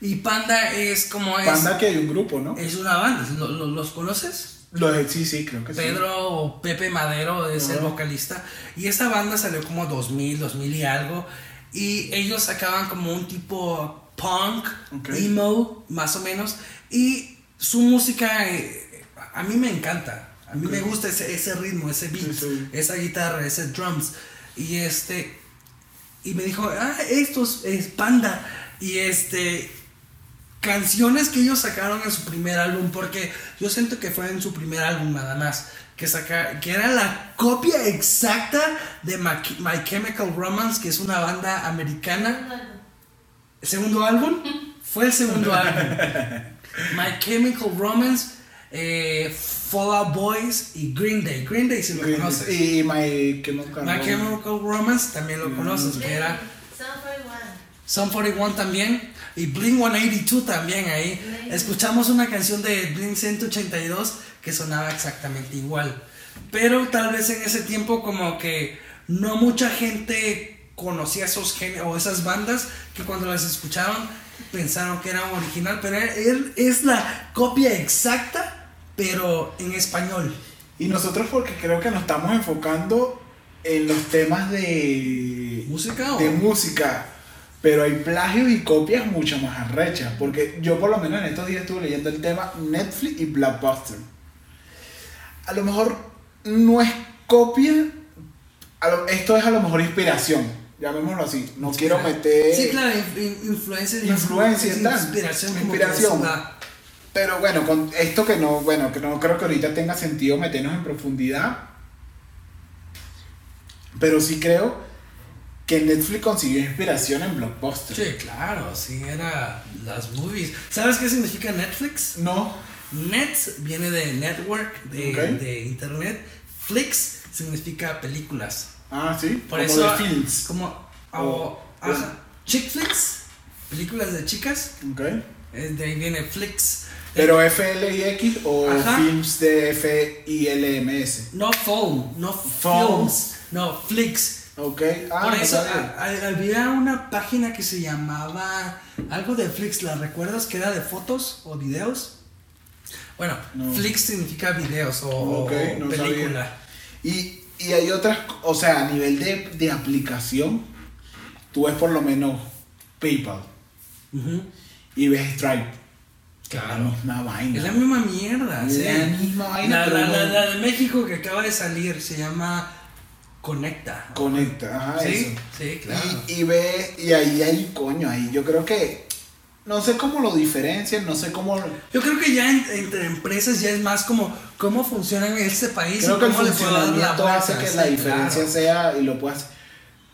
Speaker 2: Y Panda es como es...
Speaker 1: Panda que hay un grupo, ¿no?
Speaker 2: Es una banda, ¿lo- lo- los conoces?
Speaker 1: Los, sí, sí, creo que sí.
Speaker 2: Pedro o Pepe Madero es el
Speaker 1: Ajá.
Speaker 2: vocalista. Y esta banda salió como 2000, 2000 y algo. Y ellos sacaban como un tipo punk,
Speaker 1: Ok.
Speaker 2: emo, más o menos. Y su música eh, a mí me encanta. A mí me gusta ese, ese ritmo, ese beat,
Speaker 1: Sí, sí.
Speaker 2: esa guitarra, ese drums. Y este. Y me dijo, ah, estos es Panda. Y este canciones que ellos sacaron en su primer álbum, porque yo siento que fue en su primer álbum nada más, que, saca, que era la copia exacta de Ma- My Chemical Romance, que es una banda americana. ¿Segundo álbum? Fue el segundo álbum. My Chemical Romance, eh, Fall Out Boys y Green Day. Green Day si lo conoces.
Speaker 1: Y My Chemical
Speaker 2: My
Speaker 1: Romance.
Speaker 2: Chemical Romance también lo conoces, que era... Sun 41 también y Blink 182 también ahí. Escuchamos una canción de Blink 182 que sonaba exactamente igual. Pero tal vez en ese tiempo como que no mucha gente conocía esos géneros o esas bandas que cuando las escucharon pensaron que era original, pero él es la copia exacta pero en español.
Speaker 1: Y nosotros porque creo que nos estamos enfocando en los temas de
Speaker 2: ¿Música o?
Speaker 1: de música, pero hay plagios y copias mucho más arrechas, porque yo por lo menos en estos días estuve leyendo el tema Netflix y Blockbuster. A lo mejor no es copia, a lo- esto es a lo mejor inspiración, llamémoslo así. No quiero meter,
Speaker 2: Sí, claro, in- in- influencia es más como-
Speaker 1: Influencia,
Speaker 2: es
Speaker 1: tal.
Speaker 2: Inspiración. como
Speaker 1: Inspiración.
Speaker 2: que es una-
Speaker 1: pero bueno, con esto que no, bueno, que no creo que ahorita tenga sentido meternos en profundidad, pero sí creo que Netflix consiguió inspiración en Blockbuster.
Speaker 2: Sí, claro, sí, era las movies. ¿Sabes qué significa Netflix?
Speaker 1: No,
Speaker 2: Net viene de network, de,
Speaker 1: Ok.
Speaker 2: de internet. Flix significa películas.
Speaker 1: Ah, sí.
Speaker 2: Por
Speaker 1: como
Speaker 2: eso.
Speaker 1: de films.
Speaker 2: Como.
Speaker 1: O-
Speaker 2: o-
Speaker 1: o-
Speaker 2: ajá, chick flicks, películas de chicas.
Speaker 1: Ok.
Speaker 2: eh, De ahí viene Flix.
Speaker 1: Pero FLIX o
Speaker 2: Ajá.
Speaker 1: films de FILMS.
Speaker 2: No phone, no films,
Speaker 1: Phones.
Speaker 2: no Flix.
Speaker 1: Ok. Ah,
Speaker 2: Por
Speaker 1: no
Speaker 2: eso
Speaker 1: sabía.
Speaker 2: a- a- había una página que se llamaba algo de Flix, ¿la recuerdas? Que era de fotos o videos. Bueno,
Speaker 1: No.
Speaker 2: Flix significa videos o,
Speaker 1: Ok,
Speaker 2: o
Speaker 1: no
Speaker 2: película.
Speaker 1: Y, y hay otras, o sea, a nivel de, de aplicación, tú ves por lo menos PayPal
Speaker 2: Ujú.
Speaker 1: y ves Stripe. La
Speaker 2: Claro.
Speaker 1: misma
Speaker 2: Es la
Speaker 1: vaina.
Speaker 2: misma mierda. sí.
Speaker 1: La misma vaina,
Speaker 2: La-
Speaker 1: pero
Speaker 2: la- la-
Speaker 1: no-
Speaker 2: la de México que acaba de salir se llama Conecta.
Speaker 1: Conecta, ajá,
Speaker 2: sí,
Speaker 1: Ah, eso.
Speaker 2: sí, claro.
Speaker 1: Y, y ves, y ahí hay coño, ahí yo creo que, no sé cómo lo diferencian, no sé cómo...
Speaker 2: Yo creo que ya en- entre empresas ya es más como cómo funciona en este país.
Speaker 1: Creo
Speaker 2: y
Speaker 1: que el
Speaker 2: cómo le puedo dar la
Speaker 1: funcionamiento hace
Speaker 2: vuelta,
Speaker 1: que
Speaker 2: sí,
Speaker 1: la diferencia
Speaker 2: claro.
Speaker 1: sea y lo puedas.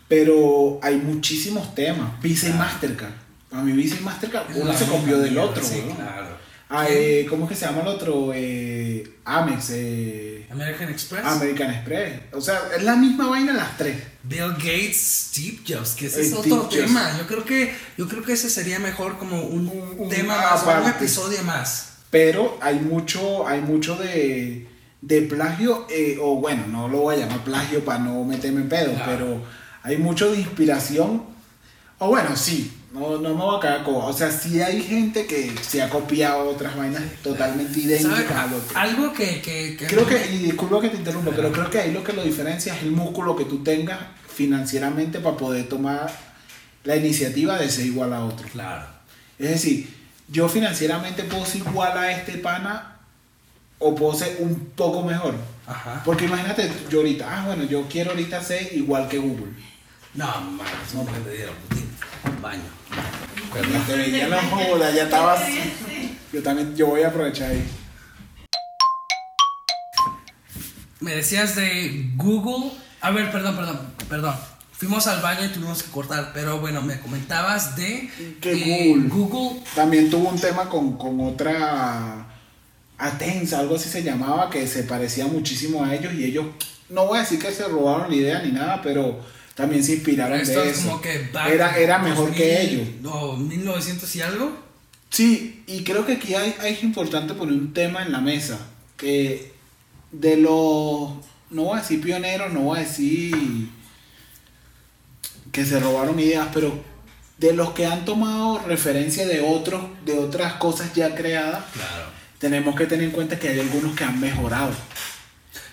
Speaker 1: Pero hay muchísimos temas. Visa y
Speaker 2: Claro.
Speaker 1: Mastercard. A mi Visa y Mastercard,
Speaker 2: Es
Speaker 1: uno
Speaker 2: la
Speaker 1: se
Speaker 2: misma
Speaker 1: copió del
Speaker 2: mierda,
Speaker 1: otro.
Speaker 2: Sí,
Speaker 1: weón.
Speaker 2: claro.
Speaker 1: Ah, eh, ¿Cómo es que se llama el otro? Eh, Amex. eh,
Speaker 2: American Express.
Speaker 1: American Express. O sea, es la misma vaina las tres.
Speaker 2: Bill Gates, Steve Jobs, que ese
Speaker 1: Eh,
Speaker 2: es otro
Speaker 1: Steve Jobs.
Speaker 2: tema. Yo creo que yo creo que ese sería mejor como un,
Speaker 1: Un- un-
Speaker 2: tema
Speaker 1: ah,
Speaker 2: más, o un
Speaker 1: aparte.
Speaker 2: episodio más.
Speaker 1: Pero hay mucho, hay mucho de, de plagio, eh, o bueno, no lo voy a llamar plagio para no meterme en pedo,
Speaker 2: Claro.
Speaker 1: pero hay mucho de inspiración, o bueno, sí, no, no me voy a cagar con, o sea, sí hay gente que se ha copiado otras vainas totalmente idénticas
Speaker 2: ¿Sabe?
Speaker 1: al otro.
Speaker 2: Algo que, que, que
Speaker 1: Creo
Speaker 2: no
Speaker 1: que,
Speaker 2: me-
Speaker 1: y disculpa que te interrumpa, pero creo que ahí lo que lo diferencia es el músculo que tú tengas financieramente para poder tomar la iniciativa de ser igual a otro.
Speaker 2: Claro.
Speaker 1: Es decir, yo financieramente puedo ser igual a este pana o puedo ser un poco mejor.
Speaker 2: Ajá.
Speaker 1: Porque imagínate, yo ahorita, ah, bueno, yo quiero ahorita ser igual que Google.
Speaker 2: No, man, no me le dieron un baño.
Speaker 1: Ya te veía la bola, ya estabas. Yo también, yo voy a aprovechar ahí.
Speaker 2: Me decías de Google. A ver, perdón, perdón, perdón. Fuimos al baño y tuvimos que cortar, pero bueno, me comentabas de
Speaker 1: Que
Speaker 2: eh,
Speaker 1: Google.
Speaker 2: Google
Speaker 1: También tuvo un tema con, con otra Atensa, algo así se llamaba, que se parecía muchísimo a ellos y ellos, no voy a decir que se robaron la idea ni nada, pero también se inspiraron
Speaker 2: Esto
Speaker 1: de
Speaker 2: es
Speaker 1: eso.
Speaker 2: como que back
Speaker 1: era, era mejor
Speaker 2: 2000,
Speaker 1: que ellos.
Speaker 2: No, 1900 y algo.
Speaker 1: Sí, y creo que aquí hay, hay- es importante poner un tema en la mesa. Que de los. No voy a decir pioneros, no voy a decir. que se robaron ideas, pero de los que han tomado referencia de otros, de otras cosas ya creadas,
Speaker 2: Claro.
Speaker 1: tenemos que tener en cuenta que hay algunos que han mejorado.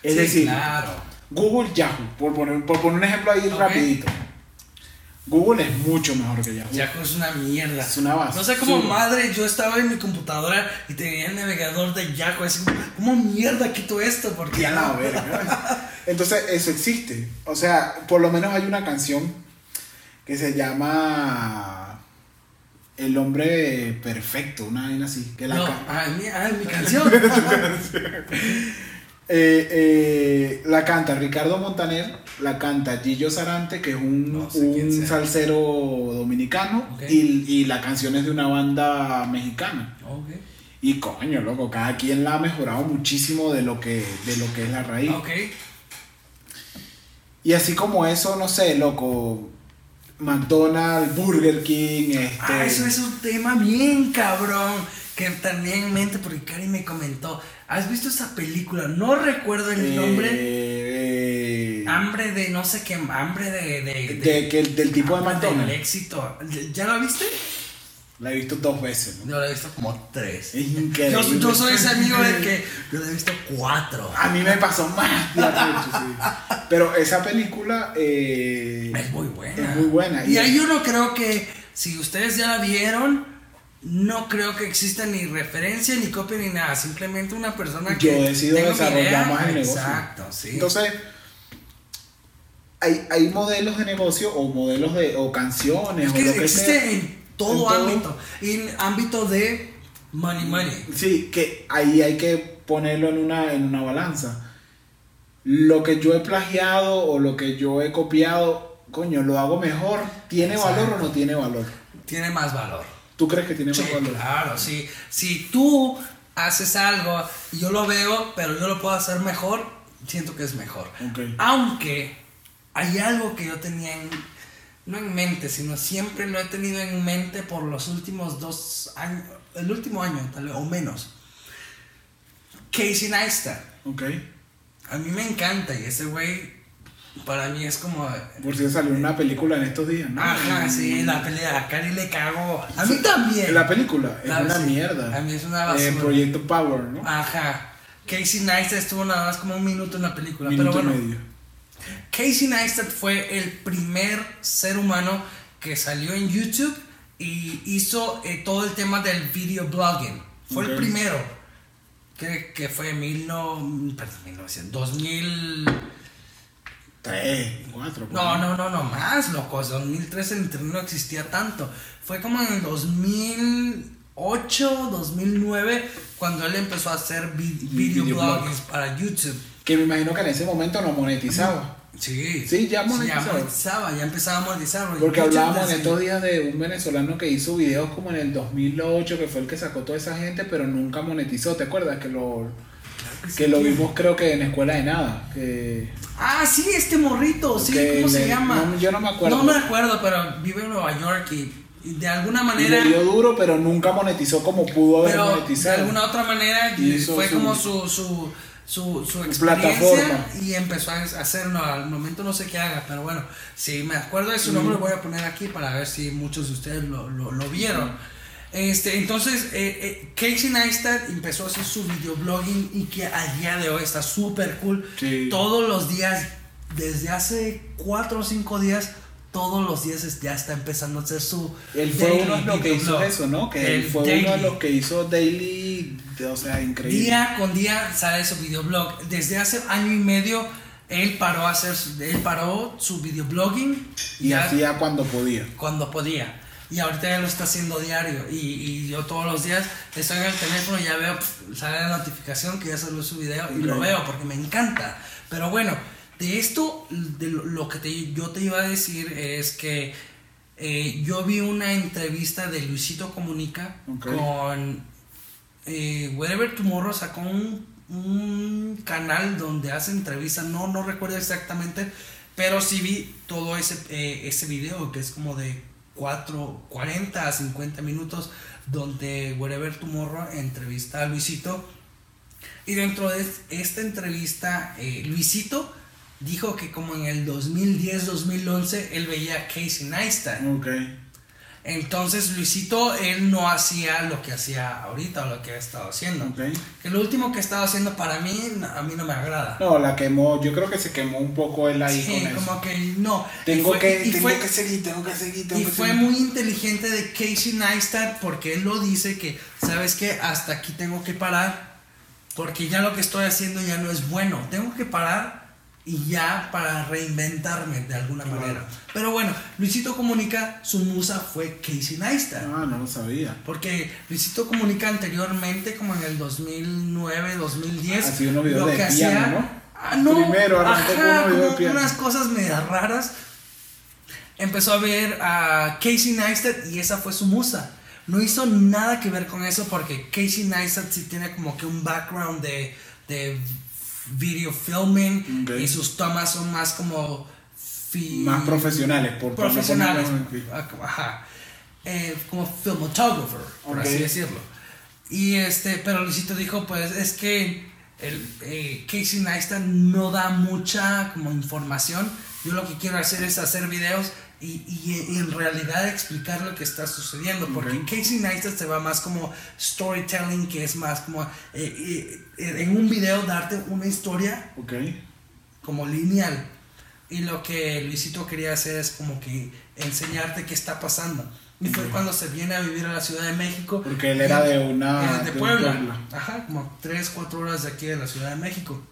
Speaker 1: Es
Speaker 2: Sí,
Speaker 1: decir,
Speaker 2: Claro.
Speaker 1: Google Yahoo, por poner, por poner un ejemplo ahí
Speaker 2: Ok.
Speaker 1: rapidito. Google es mucho mejor que Yahoo.
Speaker 2: Yahoo es una mierda.
Speaker 1: Es una basura.
Speaker 2: No sé cómo madre, yo estaba en mi computadora y tenía el navegador de Yahoo. Así como, ¿cómo mierda quito esto? Porque
Speaker 1: Ya la verga. Entonces, eso existe. O sea, por lo menos hay una canción que se llama El hombre perfecto, una vaina así. Que la
Speaker 2: No,
Speaker 1: ca-
Speaker 2: ay, mi, ay, mi canción.
Speaker 1: Eh, eh, la canta Ricardo Montaner, la canta Gillo Sarante, que es un,
Speaker 2: No sé
Speaker 1: un
Speaker 2: quién sea.
Speaker 1: salsero dominicano,
Speaker 2: Ok.
Speaker 1: y, y la canción es de una banda mexicana.
Speaker 2: ok.
Speaker 1: Y coño, loco, cada quien la ha mejorado muchísimo de lo que, de lo que es la raíz.
Speaker 2: Ok.
Speaker 1: Y así como eso, no sé, loco. McDonald's, Burger King, este.
Speaker 2: Ah, eso es un tema bien cabrón. Que también en mente, porque Karen me comentó, ¿has visto esa película? No recuerdo el
Speaker 1: eh,
Speaker 2: nombre. Ah,
Speaker 1: eh,
Speaker 2: Hambre de no sé qué, hambre este, ah, de... de- de-
Speaker 1: de que- del tipo de
Speaker 2: Hambre del
Speaker 1: McDonald's.
Speaker 2: éxito. ¿Ya lo viste?
Speaker 1: La he visto dos veces, ¿no?
Speaker 2: Yo la he visto como tres.
Speaker 1: Es increíble.
Speaker 2: Yo, yo soy ese amigo de que yo la he visto cuatro.
Speaker 1: A mí me pasó más. de arrecho, sí. Pero esa película eh,
Speaker 2: Es muy buena.
Speaker 1: Es muy buena.
Speaker 2: Y ahí yo no creo que, si ustedes ya la vieron, no creo que exista ni referencia, ni copia, ni nada. Simplemente una persona que.
Speaker 1: yo decido
Speaker 2: tenga una
Speaker 1: desarrollar
Speaker 2: idea.
Speaker 1: más el negocio.
Speaker 2: Exacto, sí.
Speaker 1: Entonces, hay, hay modelos de negocio o modelos de o canciones
Speaker 2: es
Speaker 1: o
Speaker 2: que
Speaker 1: lo que
Speaker 2: existe
Speaker 1: sea.
Speaker 2: en
Speaker 1: en
Speaker 2: todo
Speaker 1: todo.
Speaker 2: ámbito. En ámbito de money, money.
Speaker 1: Sí, que ahí hay que ponerlo en una, en una balanza. Lo que yo he plagiado o lo que yo he copiado, coño, lo hago mejor. ¿Tiene
Speaker 2: Exacto.
Speaker 1: valor o no tiene valor?
Speaker 2: Tiene más valor.
Speaker 1: ¿Tú crees que tiene
Speaker 2: Sí,
Speaker 1: más valor?
Speaker 2: claro, sí. Si tú haces algo y yo lo veo, pero yo lo puedo hacer mejor, siento que es mejor.
Speaker 1: Ok.
Speaker 2: Aunque hay algo que yo tenía en, no en mente, sino siempre lo he tenido en mente por los últimos dos años, el último año tal vez, o menos. Casey Neistat.
Speaker 1: Ok.
Speaker 2: A mí me encanta y ese güey para mí es como...
Speaker 1: Por si salió una película en estos días, ¿no?
Speaker 2: Ajá, sí, la pelea, a Cari le cago. A mí también.
Speaker 1: La película es
Speaker 2: La-
Speaker 1: una
Speaker 2: sí.
Speaker 1: mierda.
Speaker 2: A mí es una basura. Ah,
Speaker 1: Eh, proyecto Power, ¿no?
Speaker 2: Ajá. Casey Neistat estuvo nada más como un minuto en la película.
Speaker 1: Minuto
Speaker 2: pero
Speaker 1: y
Speaker 2: bueno,
Speaker 1: medio.
Speaker 2: Casey Neistat fue el primer ser humano que salió en YouTube y hizo eh, todo el tema del video blogging. Fue el
Speaker 1: Ok.
Speaker 2: primero. Que, que fue en mil no, perdón, 1900, 2000.
Speaker 1: Tres, cuatro. por
Speaker 2: No,
Speaker 1: ahí.
Speaker 2: no, no, no, más, loco. 2003 el internet no existía tanto. Fue como en el 2008, 2009, cuando él empezó a hacer vi- video,
Speaker 1: videoblogs.
Speaker 2: blogs para YouTube.
Speaker 1: Que me imagino que en ese momento no monetizaba.
Speaker 2: Sí.
Speaker 1: Sí, ya
Speaker 2: Ya
Speaker 1: monetizaba.
Speaker 2: monetizaba, ya empezaba a monetizar. güey.
Speaker 1: Porque
Speaker 2: YouTube
Speaker 1: hablábamos en
Speaker 2: desde-
Speaker 1: estos días de un venezolano que hizo videos como en el 2008, que fue el que sacó toda esa gente, pero nunca monetizó. ¿Te acuerdas? Que lo, que lo vimos creo que en Escuela de Nada. Que,
Speaker 2: Ah, sí, este morrito, sí,
Speaker 1: que
Speaker 2: ¿cómo se
Speaker 1: le-
Speaker 2: llama?
Speaker 1: no, yo no me acuerdo.
Speaker 2: No me acuerdo, pero vive en Nueva York y, y de alguna
Speaker 1: Y
Speaker 2: manera.
Speaker 1: le dio duro, pero nunca monetizó como pudo haber
Speaker 2: pero de
Speaker 1: monetizado.
Speaker 2: alguna otra manera
Speaker 1: Y
Speaker 2: eh,
Speaker 1: hizo
Speaker 2: fue
Speaker 1: su-
Speaker 2: como su, su, su, su experiencia
Speaker 1: plataforma.
Speaker 2: y empezó a hacerlo. Al momento no sé qué haga, pero bueno, si me acuerdo de su nombre, lo voy a poner aquí para ver si muchos de ustedes lo, lo- lo vieron. Este, entonces, eh, eh, Casey Neistat empezó a hacer su videoblogging y que a día de hoy está súper cool.
Speaker 1: Sí.
Speaker 2: Todos los días, desde hace 4 o 5 días, todos los días es- ya está empezando a hacer su.
Speaker 1: Él fue
Speaker 2: daily
Speaker 1: uno de los que hizo
Speaker 2: videoblog.
Speaker 1: eso, ¿no? Que él
Speaker 2: El
Speaker 1: fue uno de
Speaker 2: daily.
Speaker 1: los que hizo Daily, o sea, increíble.
Speaker 2: Día con día sale su videoblog. Desde hace año y medio él paró a hacer su- él paró su videoblogging
Speaker 1: y
Speaker 2: ya
Speaker 1: hacía cuando podía.
Speaker 2: cuando podía. Y ahorita ya lo está haciendo diario. Y, y yo todos los días estoy en el teléfono y ya veo, pf, sale la notificación que ya salió su video y lo
Speaker 1: Ok.
Speaker 2: veo porque me encanta. Pero bueno, de esto, de lo, lo que te- yo te iba a decir es que eh, yo vi una entrevista de Luisito Comunica
Speaker 1: Ok.
Speaker 2: con eh, Wherever Tomorrow sacó un, un canal donde hace entrevistas, no, no recuerdo exactamente, pero sí vi todo ese, eh, ese video que es como de 4, 40 a 50 minutos donde Wherever Tomorrow entrevista a Luisito. Y dentro de esta entrevista, eh, Luisito dijo que como en el 2010-2011 él veía a Casey Neistat.
Speaker 1: Ok.
Speaker 2: Entonces Luisito, él no hacía lo que hacía ahorita o lo que ha estado haciendo.
Speaker 1: Ok.
Speaker 2: Que lo último que estaba haciendo para mí, n- a mí no me agrada.
Speaker 1: No, la quemó. Yo creo que se quemó un poco él ahí
Speaker 2: Sí,
Speaker 1: con eso.
Speaker 2: como que no.
Speaker 1: Tengo,
Speaker 2: Y fue-
Speaker 1: que,
Speaker 2: y
Speaker 1: tengo
Speaker 2: fue-
Speaker 1: que seguir, tengo que seguir, tengo
Speaker 2: y
Speaker 1: que
Speaker 2: fue
Speaker 1: seguir.
Speaker 2: muy inteligente de Casey Neistat porque él lo dice que, ¿sabes qué? Hasta aquí tengo que parar porque ya lo que estoy haciendo ya no es bueno. Tengo que parar y ya para reinventarme de alguna
Speaker 1: Claro.
Speaker 2: manera. Pero bueno, Luisito Comunica, su musa fue Casey Neistat.
Speaker 1: Ah, no lo sabía.
Speaker 2: Porque Luisito Comunica anteriormente, como en el 2009, 2010,
Speaker 1: Hacía unos videos de piano, ¿no?
Speaker 2: Ah, no,
Speaker 1: Primero arrancó con
Speaker 2: ajá,
Speaker 1: unos videos de
Speaker 2: como
Speaker 1: piano.
Speaker 2: unas cosas medio raras. Empezó a ver a Casey Neistat y esa fue su musa. No hizo nada que ver con eso porque Casey Neistat sí tiene como que un background de, de video filming
Speaker 1: Ok.
Speaker 2: y sus tomas son más como... fi-
Speaker 1: Más profesionales, por por no
Speaker 2: profesionales.
Speaker 1: ponerlo en-
Speaker 2: ah, Ajá. Eh, como filmographer,
Speaker 1: Ok.
Speaker 2: por así decirlo. Y este, pero Luisito dijo, pues es que el, eh, Casey Neistat no da mucha como información. Yo lo que quiero hacer es hacer videos y, y- y en realidad explicar lo que está sucediendo. Porque
Speaker 1: Ujú.
Speaker 2: Casey Neistat se va más como storytelling, que es más como eh, eh, eh, en un video darte una historia
Speaker 1: Ok.
Speaker 2: como lineal. Y lo que Luisito quería hacer es como que enseñarte qué está pasando. Y fue
Speaker 1: Ujú.
Speaker 2: cuando se viene a vivir a la Ciudad de México.
Speaker 1: Porque él era de una.
Speaker 2: Eh, de
Speaker 1: un
Speaker 2: Puebla. Ajá, como 3, 4 horas de aquí de la Ciudad de México.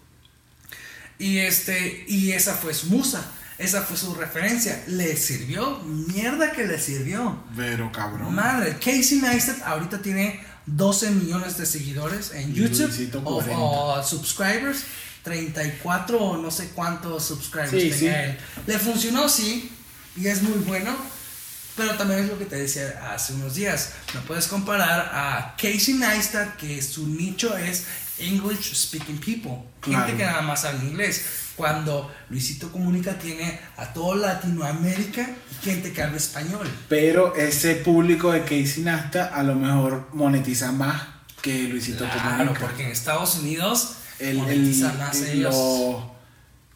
Speaker 2: Y este, y esa fue su musa, esa fue su referencia. Le sirvió, mierda que le sirvió.
Speaker 1: Pero cabrón.
Speaker 2: Madre, Casey Neistat ahorita tiene 12 millones de seguidores en
Speaker 1: Y
Speaker 2: YouTube
Speaker 1: Luisito
Speaker 2: o,
Speaker 1: 40.
Speaker 2: o subscribers, 34 o no sé cuántos subscribers
Speaker 1: Sí,
Speaker 2: tenía
Speaker 1: sí.
Speaker 2: él. Le funcionó, sí, y es muy bueno, pero también es lo que te decía hace unos días. No puedes comparar a Casey Neistat, que su nicho es English speaking people, gente
Speaker 1: Claro.
Speaker 2: que nada más habla inglés. Cuando Luisito Comunica tiene a todo Latinoamérica y gente que habla español.
Speaker 1: Pero ese público de Casey Nasta a lo mejor monetiza más que Luisito
Speaker 2: Claro,
Speaker 1: Comunica.
Speaker 2: porque en Estados Unidos
Speaker 1: pues, el,
Speaker 2: monetizan
Speaker 1: el-
Speaker 2: más
Speaker 1: el-
Speaker 2: ellos.
Speaker 1: Lo,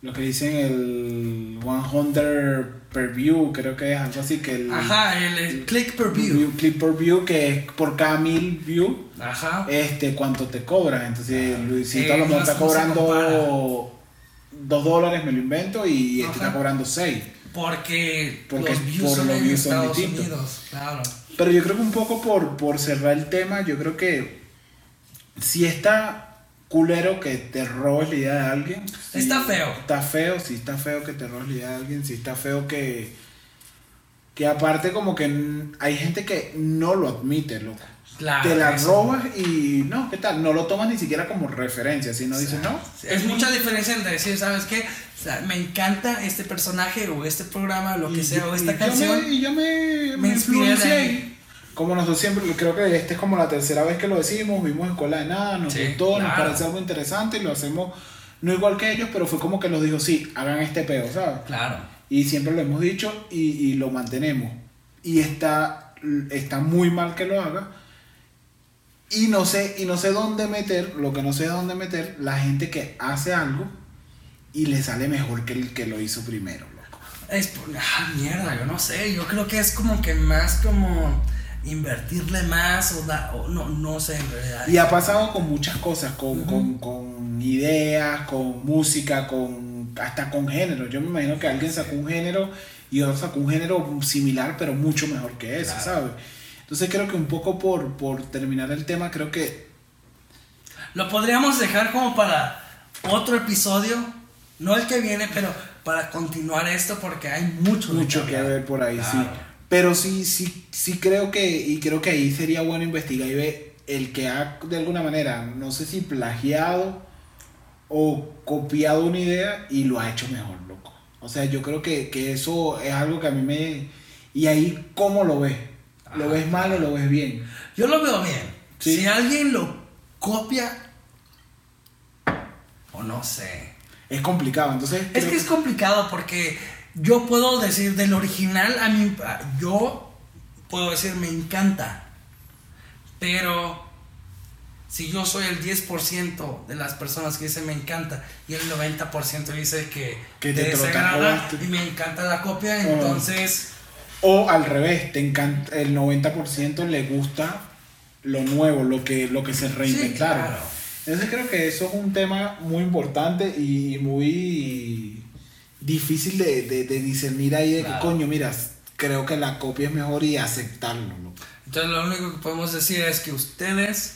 Speaker 1: lo que dicen el 100 per view, creo que es algo así que el.
Speaker 2: Ajá, el, el click per view.
Speaker 1: view- clip per view, que es por cada mil view,
Speaker 2: Ajá.
Speaker 1: este, cuánto te cobran. Entonces, Luisito a
Speaker 2: Eh,
Speaker 1: lo mejor
Speaker 2: no
Speaker 1: está
Speaker 2: se- no se
Speaker 1: cobrando dos dólares, me lo invento, y este
Speaker 2: Ajá.
Speaker 1: está cobrando seis.
Speaker 2: Porque,
Speaker 1: Porque
Speaker 2: los views
Speaker 1: por
Speaker 2: son
Speaker 1: los
Speaker 2: en
Speaker 1: views son
Speaker 2: Estados
Speaker 1: distintos.
Speaker 2: Unidos. Claro.
Speaker 1: Pero yo creo que un poco por, por cerrar el tema, yo creo que si está culero que te robes la idea de alguien. sí
Speaker 2: Está feo.
Speaker 1: Está feo, si está feo que te robes la idea de alguien, si está feo que. Que aparte, como que n- hay gente que no lo admite, loco.
Speaker 2: claro
Speaker 1: te la
Speaker 2: Ah, eso.
Speaker 1: robas y no, ¿qué tal? No lo tomas ni siquiera como referencia, sino dices, no.
Speaker 2: Es mucha diferencia entre decir, ¿sabes qué? O sea, me encanta este personaje o este programa, lo que
Speaker 1: Y
Speaker 2: sea,
Speaker 1: yo-
Speaker 2: o
Speaker 1: y
Speaker 2: esta
Speaker 1: yo me-
Speaker 2: canción.
Speaker 1: y yo me, me,
Speaker 2: me inspiré de
Speaker 1: influencié.
Speaker 2: ahí.
Speaker 1: Como nosotros siempre, creo que esta es como la tercera vez que lo decimos, vimos Escuela de Nada, nos
Speaker 2: Sí,
Speaker 1: gustó, nos
Speaker 2: claro.
Speaker 1: parece algo interesante y lo hacemos no igual que ellos, pero fue como que nos dijo, sí, hagan este pedo, ¿sabes?
Speaker 2: Claro.
Speaker 1: Y siempre lo hemos dicho y, y lo mantenemos. Y está, está muy mal que lo haga. Y no sé, y no sé dónde meter, lo que no sé dónde meter, la gente que hace algo y le sale mejor que el que lo hizo primero, loco.
Speaker 2: Es por- ah, mierda, yo no sé. Yo creo que es como que más como invertirle más o, da- o no, no sé en realidad.
Speaker 1: Y ha pasado con muchas cosas, con,
Speaker 2: Ujú.
Speaker 1: con- con ideas, con música, con hasta con género. Yo me imagino que alguien sacó un género y otro sacó un género similar, pero mucho mejor que ese,
Speaker 2: Claro.
Speaker 1: ¿sabes? Entonces creo que un poco por, por terminar el tema, creo que
Speaker 2: Lo podríamos dejar como para otro episodio, no el que viene, pero para continuar esto porque hay mucho, de
Speaker 1: mucho
Speaker 2: qué
Speaker 1: que
Speaker 2: hablar.
Speaker 1: ver por ahí, sí.
Speaker 2: Claro.
Speaker 1: Pero sí, sí, sí creo que, y creo que ahí sería bueno investigar y ver el que ha de alguna manera, no sé si plagiado o copiado una idea y lo ha hecho mejor, loco. O sea, yo creo que, que eso es algo que a mí me... Y ahí, ¿cómo lo ves? ¿Lo
Speaker 2: Ajá.
Speaker 1: ves mal o lo ves bien?
Speaker 2: Yo lo veo bien.
Speaker 1: Sí.
Speaker 2: Si alguien lo copia o no sé.
Speaker 1: Es complicado, entonces...
Speaker 2: Es
Speaker 1: creo-
Speaker 2: que es complicado porque yo puedo decir del original a mí a- yo puedo decir me encanta. Pero si yo soy el 10% de las personas que dicen me encanta y el 90% dice que,
Speaker 1: Que te
Speaker 2: desagrada
Speaker 1: trotacobaste.
Speaker 2: y me encanta la copia,
Speaker 1: Oh.
Speaker 2: entonces
Speaker 1: O al revés, te encanta, el 90% le gusta lo nuevo, lo que, lo que se reinventaron.
Speaker 2: claro.
Speaker 1: Entonces creo que eso es un tema muy importante y muy difícil de, de- de discernir ahí de
Speaker 2: Claro.
Speaker 1: que coño, mira, creo que la copia es mejor y aceptarlo. No,
Speaker 2: entonces lo único que podemos decir es que ustedes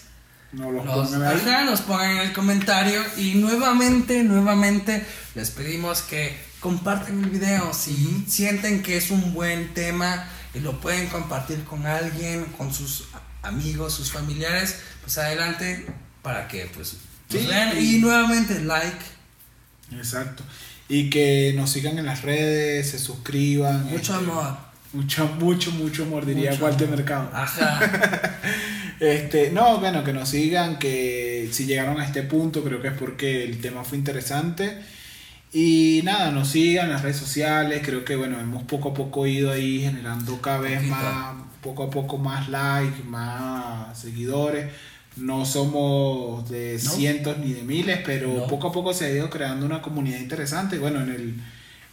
Speaker 1: no los
Speaker 2: Nos,
Speaker 1: pongan ahí.
Speaker 2: ajá, nos pongan en el comentario y nuevamente, nuevamente les pedimos que compartan el video si sienten que es un buen tema y lo pueden compartir con alguien, con sus amigos, sus familiares, pues adelante para que pues nos
Speaker 1: Sí.
Speaker 2: vean y nuevamente like,
Speaker 1: Exacto. Y que nos sigan en las redes, se suscriban.
Speaker 2: mucho
Speaker 1: este,
Speaker 2: amor.
Speaker 1: Mucho, mucho, mucho amor, diría
Speaker 2: Mucho
Speaker 1: Walter
Speaker 2: amor.
Speaker 1: Mercado.
Speaker 2: Ajá.
Speaker 1: Este, no, bueno, que nos sigan, que si llegaron a este punto creo que es porque el tema fue interesante. Y nada, nos sigan en las redes sociales, creo que bueno, hemos poco a poco ido ahí generando cada vez
Speaker 2: Poquito.
Speaker 1: más, poco a poco más likes, más seguidores. No somos de
Speaker 2: No.
Speaker 1: cientos ni de miles, pero
Speaker 2: No.
Speaker 1: poco a poco se ha ido creando una comunidad interesante. Bueno, en el,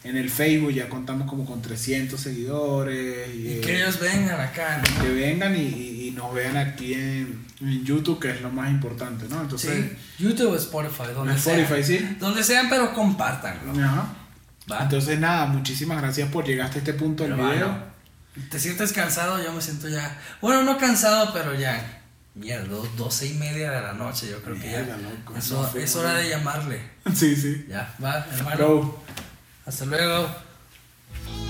Speaker 1: En el Facebook ya contamos como con 300 seguidores. Y,
Speaker 2: Y
Speaker 1: eh,
Speaker 2: que ellos vengan acá, ¿no?
Speaker 1: que vengan y, y- y nos vean aquí en, en YouTube, que es lo más importante, ¿no? Entonces,
Speaker 2: Sí, YouTube, Spotify, donde
Speaker 1: en Spotify,
Speaker 2: sean.
Speaker 1: sí.
Speaker 2: Donde sean, pero compártanlo.
Speaker 1: Ajá.
Speaker 2: ¿va?
Speaker 1: Entonces, nada, muchísimas gracias por llegar hasta este punto del
Speaker 2: Pero va,
Speaker 1: video.
Speaker 2: ¿no? ¿Te sientes cansado? Yo me siento ya. Bueno, no cansado, pero ya. Mierda, dos, doce y media de la noche, yo creo
Speaker 1: Mierda,
Speaker 2: que ya.
Speaker 1: loco,
Speaker 2: es,
Speaker 1: no
Speaker 2: hora-
Speaker 1: fue
Speaker 2: es
Speaker 1: muy
Speaker 2: hora de
Speaker 1: bien.
Speaker 2: llamarle.
Speaker 1: Sí, sí.
Speaker 2: Ya, va, hermano.
Speaker 1: Bro.
Speaker 2: Hasta luego.